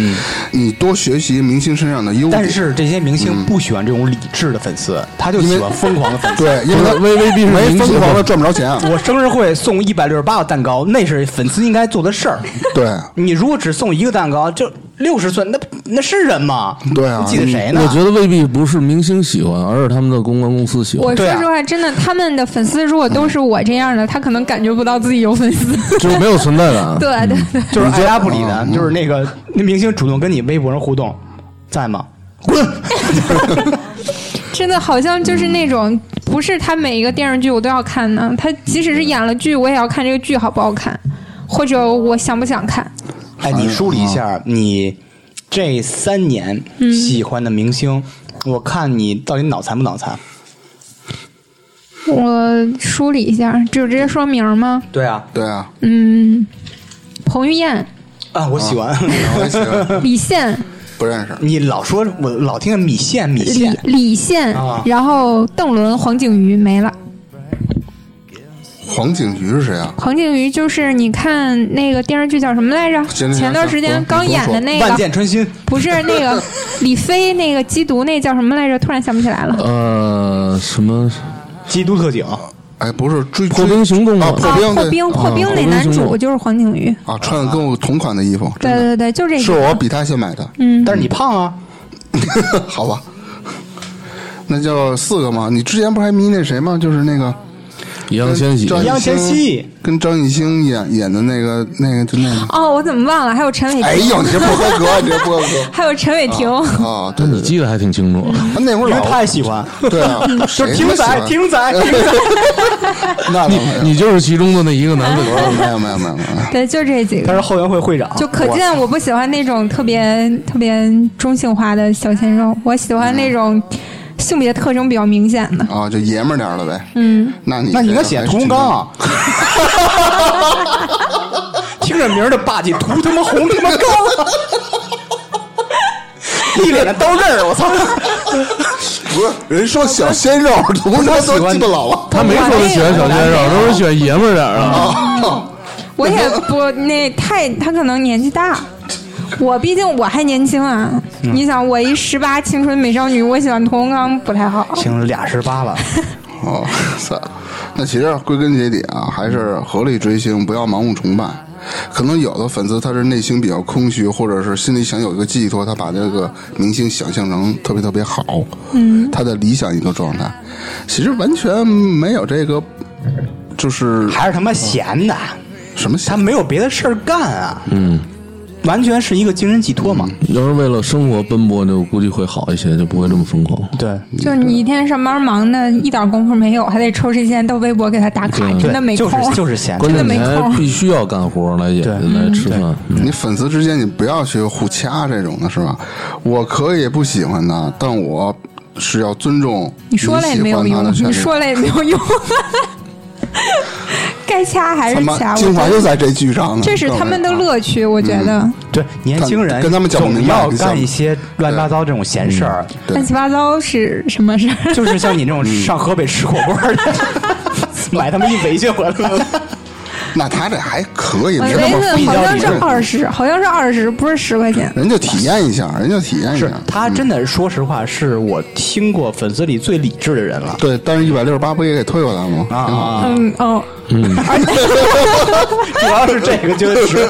B: 你多学习明星身上的优点，
C: 但是这些明星不喜欢这种理智的粉丝，他就喜欢疯狂 的粉丝。
B: 对，因为他
F: 不是微微必是
B: 没
F: 明星
B: 疯狂
F: 的
B: 的赚不着钱。啊
C: 我生日会送一百六十八个蛋糕，那是粉丝应该做的事 儿。
B: 对
C: 你如果只送一个蛋糕，就六十岁，那那是人吗？
B: 对啊
C: 你记得谁呢？
F: 我觉得未必不是明星喜欢，而是他们的公关公司喜欢
A: 我。说
C: 对啊
A: 实话，真的，他们的粉丝如果都是我这样的，他可能感觉不到自己有粉丝。
F: 就是没有存在感。啊
A: 对
C: 嗯
A: 对对，
C: 就是爱答不理的，就是那个那明星主动跟你微博上互动，在吗？滚！
A: 真的好像就是那种，不是他每一个电视剧我都要看呢，他即使是演了剧，我也要看这个剧好不好看，或者我想不想看。
C: 哎，你梳理一下你这三年喜欢的明星，我看你到底脑残不脑残？
A: 我梳理一下，就直接说名儿吗？
C: 对啊，
B: 对啊，
A: 嗯，彭于晏、
C: 啊，我喜欢。
B: 我也喜欢
A: 李现、
B: 不认识。
C: 你老说，我老听见米线米
A: 李
C: 线，
A: 李现
C: 啊，
A: 然后邓伦、黄景瑜没了。
B: 黄景瑜是谁啊？
A: 黄景瑜就是你看那个电视剧叫什么来着？
B: 行行行
A: 前段时间
B: 行
A: 刚演的那
C: 万
A: 个，
C: 箭穿心。
A: 不是那个李飞那个缉毒那叫什么来着？突然想不起来了。
F: 呃，什么
C: 缉毒特警，
B: 哎，不是追
F: 破冰行动
B: 啊，
F: 吗
B: 破
A: 啊，
B: 冰
A: 破
B: 对
A: 冰，破冰
F: 啊破
A: 那
F: 冰
A: 男
F: 兄
A: 主
F: 弟
A: 就是黄景瑜。
B: 啊，穿的跟我同款的衣服，
A: 对对对，就这
B: 是
A: 个。
B: 我比他先买的，
A: 嗯
C: 但是你胖啊，
B: 好吧？那就四个嘛。你之前不还迷那谁吗？就是那个
F: 易烊千玺？
B: 张
C: 易烊千玺
B: 跟张艺兴演演的那个那个就那个。
A: 哦，我怎么忘了？还有陈伟
B: 哎
A: 霆，
B: 呦，你这不合格，你这不合格。
A: 还有陈伟霆。
B: 啊，
F: 那
B: 对
F: 你
B: 对对，
F: 记得还挺清楚。
B: 他那会儿
C: 因为他
B: 老
C: 也喜欢。
B: 对啊，
A: 嗯
C: 就
B: 谁他妈喜
C: 是听
B: 欢
C: 仔，听仔，听 仔。
B: 那倒没
A: 嗯
B: 有
F: 你就是其中的那一个男主
A: 哎
F: 角。
B: 没有没有没有没有，
A: 对，就这几
C: 他
A: 个。
C: 是后援会会长，
A: 就可见我不喜欢那种特别特别中性化的小鲜肉，我喜欢那种性别特征比较明显的。
B: 啊，就爷们儿点儿了呗。
A: 嗯，
B: 那你
C: 那你应该
B: 这
C: 写
B: 还是
C: 屠洪
B: 挺
C: 刚 啊。听着名儿的霸气，屠他妈红他妈 刚，一脸的刀刃儿，我操！
B: 不是人说小鲜肉，屠洪刚都鸡巴老了。
F: 他没说他喜欢小鲜肉，他说喜欢爷们儿点儿啊。
A: 我也不那太，他可能年纪大。我毕竟我还年轻啊，你想我一十八青春美少女，我喜欢屠洪刚不太好。
C: 行，俩十八了，
B: 哦， 算了。那其实归根结底啊，还是合理追星，不要盲目崇拜。可能有的粉丝他是内心比较空虚，或者是心里想有一个寄托，他把这个明星想象成特别特别好，嗯，他的理想一个状态，其实完全没有这个，就是
C: 还是他妈闲的，
B: 什么
C: 他
B: 想
C: 没有别的事儿干啊。嗯，完全是一个精神寄托嘛。
F: 要是为了生活奔波，就估计会好一些，就不会这么疯狂。
C: 嗯对。
A: 就你一天上班忙的，一点功夫没有，还得抽时间到微博给他打卡，真的没
C: 就
A: 空
C: 是
A: 儿。
C: 就是闲
F: 关
A: 真的
F: 键你
A: 没空嗯
F: 还必须要干活来也
C: 对
F: 来吃饭。
C: 嗯
B: 你粉丝之间你不要去互掐这种的是吧？我可以不喜欢他，但我是要尊重
A: 你说了也没有
B: 喜欢他
A: 用啊
B: 的，权
A: 你
B: 利
A: 说了也没有用，啊 该掐还
B: 他
A: 是
B: 妈
A: 掐。
B: 精华
A: 我
B: 就
A: 觉得
B: 在这剧上呢，
A: 这是他们的乐趣，我觉得
C: 对，年轻人
B: 跟跟他们讲不
C: 总
B: 明白
C: 要
B: 你想
C: 干一些乱七八糟这种闲事儿，
B: 对
A: 乱七八糟是什么事儿？
C: 就是像你这种上河北吃火锅 儿的，买他妈一围裙回来了。
B: 啊那他这还可以，
A: 我
B: 没
A: 觉
B: 那么
A: 得
B: 复
A: 呃好像
B: 杂
A: 是二十，好像是二十，不是十块钱。
B: 人就体验一下，人就体验一
C: 是
B: 下。
C: 他真的，说实话，是我听过粉丝里最理智的人了。
B: 对，但是一百六十八不也给退回来吗？
C: 啊，
A: 嗯哦，
C: 嗯 主要是这个就是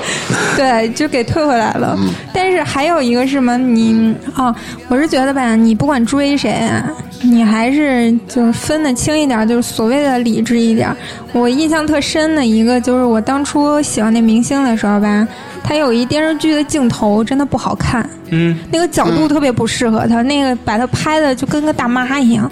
A: 对，就给退回来了。但是还有一个是什么？你哦，我是觉得吧，你不管追谁啊，你还是就是分得清一点，就是所谓的理智一点。我印象特深的一个就是我当初喜欢那明星的时候吧，他有一电视剧的镜头真的不好看，
C: 嗯，
A: 那个角度特别不适合他，那个把他拍的就跟个大妈一样。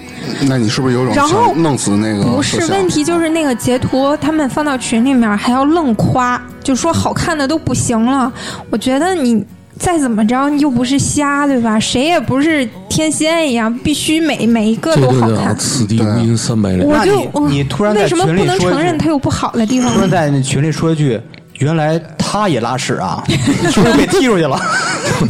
B: 那你是不是有种
A: 然后
B: 想弄死
F: 嗯
B: 那个？
A: 不是问， 题，就是那个截图，他们放到群里面还要愣夸，就说好看的都不行了。我觉得你再怎么着，你又不是瞎，对吧？谁也不是天仙一样，必须每每一个
F: 这
A: 都
F: 就
A: 好
F: 叫
A: 看。
F: 此地无银三百两。
A: 我就嗯
C: 那你你突然在
A: 为什么
C: 群里
A: 不能
C: 说一
A: 承认
C: 句
A: 他有不好的地方
C: 突然
A: 呢？
C: 在那群里说一句：“原来他也拉屎啊！” 是不是被踢出去了？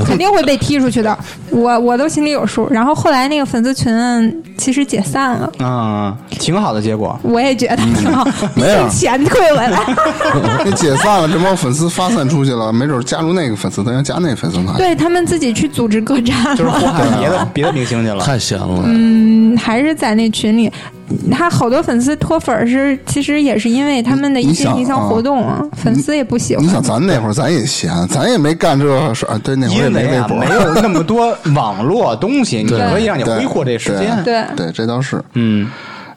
A: 肯定会被踢出去的，我我都心里有数。然后后来那个粉丝群其实解散了。
C: 嗯，挺好的结果。
A: 我也觉得挺好，毕
F: 没有啊
A: 竟钱退回来。
B: 那解散了，这帮粉丝发散出去了，没准加入那个粉丝团，要加那个粉丝 团。
A: 对他们自己去组织各站
C: 就是
A: 了。
C: 祸害 别的别的明星去了。
F: 太闲了，
A: 嗯，还是在那群里，他好多粉丝脱粉儿是，其实也是因为他们的一些
B: 你想
A: 营销活动啊，粉丝也不喜欢
B: 你。想，咱那会儿咱也闲，咱也没干这事儿。对，那会儿也
C: 因
B: 没
C: 为
B: 微
C: 啊，
B: 博，
C: 没有那么多网络东 西，你
F: 对
C: 可以让你
B: 对
C: 挥霍这时间。
A: 对
B: 对，这倒是。
C: 嗯，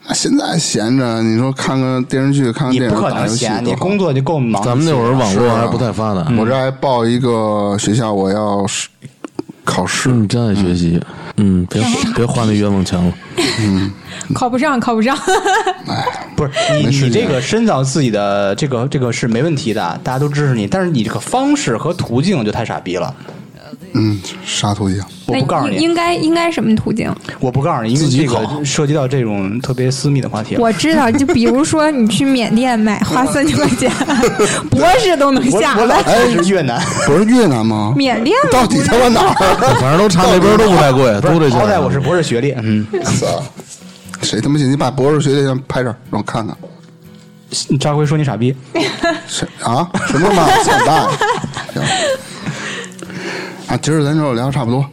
B: 那现在闲着，你说看个电视剧，看个
C: 你
B: 电
C: 不
B: 影，
C: 可
B: 打
C: 能
B: 游戏多好，
C: 闲，你工作就嗯够忙。
F: 咱们那会儿网
B: 是
F: 络
B: 啊
F: 还不太发达。
B: 我这还报一个学校，我要是考试。
F: 嗯，真爱学习，嗯，别别花那冤枉钱了。
A: 考不上，考不上。
C: 不是你
B: 没时
C: 你这
B: 间
C: 个深造自己的这个这个是没问题的，大家都支持你。但是你这个方式和途径就太傻逼了。
B: 嗯，啥途径？
C: 我不告诉
A: 那
C: 你，
A: 应该哎应该什么途径？
C: 我不告诉你，因为
F: 自己
C: 这
F: 搞
C: 个涉及到这种特别私密的话题了。
A: 我知道，就比如说你去缅甸买，花三千块 钱，博士都能
C: 我
A: 下
C: 我老
A: 来。
C: 去是越南，
B: 不是越南吗？
A: 缅甸吗
B: 到底他妈哪 儿？ 啊
F: 反正都差那边都不太贵，都这价。
C: 好歹我是博士学历，嗯，
B: 操！谁他妈信？你把博士学历先拍这儿，让我看看。
C: 嗯张辉说你傻逼，
B: 谁啊？什么嘛？操蛋！行啊，今儿咱就聊差不多，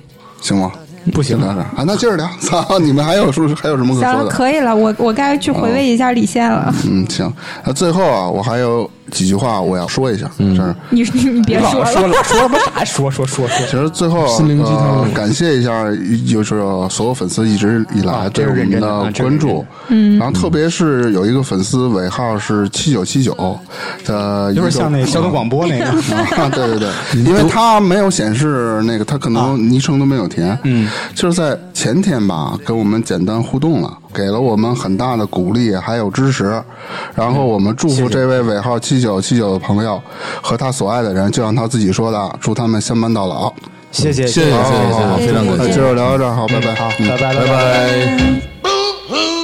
B: 行吗？
C: 不行
B: 就聊这 儿啊，那接着聊。操，你们还有说还有什么可
A: 行
B: 说
A: 了，
B: 的？
A: 可以了，我我该去回味一下李现了。
B: 嗯，行。那最后啊，我还有几句话我要说一下，嗯，是。
A: 你 你别
C: 老
A: 说了，
C: 说了说什么啥？说说说说，
B: 其实最后
F: 心灵鸡汤
B: 呃感谢一下，就是所有粉丝一直以来
C: 啊这
B: 对
C: 是
B: 我们
C: 认真的啊
B: 的
C: 这是
B: 关
C: 认真
B: 注，嗯，然后特别是有一个粉丝尾号是七九七九的一
C: 有
B: 个，
C: 点像那交通广播那个。
B: 啊，对对对，因为他没有显示那个，他可
F: 啊
B: 能昵称都没有填。嗯，就是在前天吧，跟我们简单互动了，给了我们很大的鼓励还有支持。然后我们祝福这位尾号七九七九的朋友和他所爱的人，就像他自己说的，祝他们相伴到老。
C: 谢谢
F: 谢谢谢谢
B: 好好好
F: 谢谢，非常感
B: 那
F: 谢
B: 嗯今。儿聊到这儿，好，拜拜，
C: 好
B: 嗯
C: 拜拜
B: 拜
C: 拜
B: 拜。
D: Boo hoo.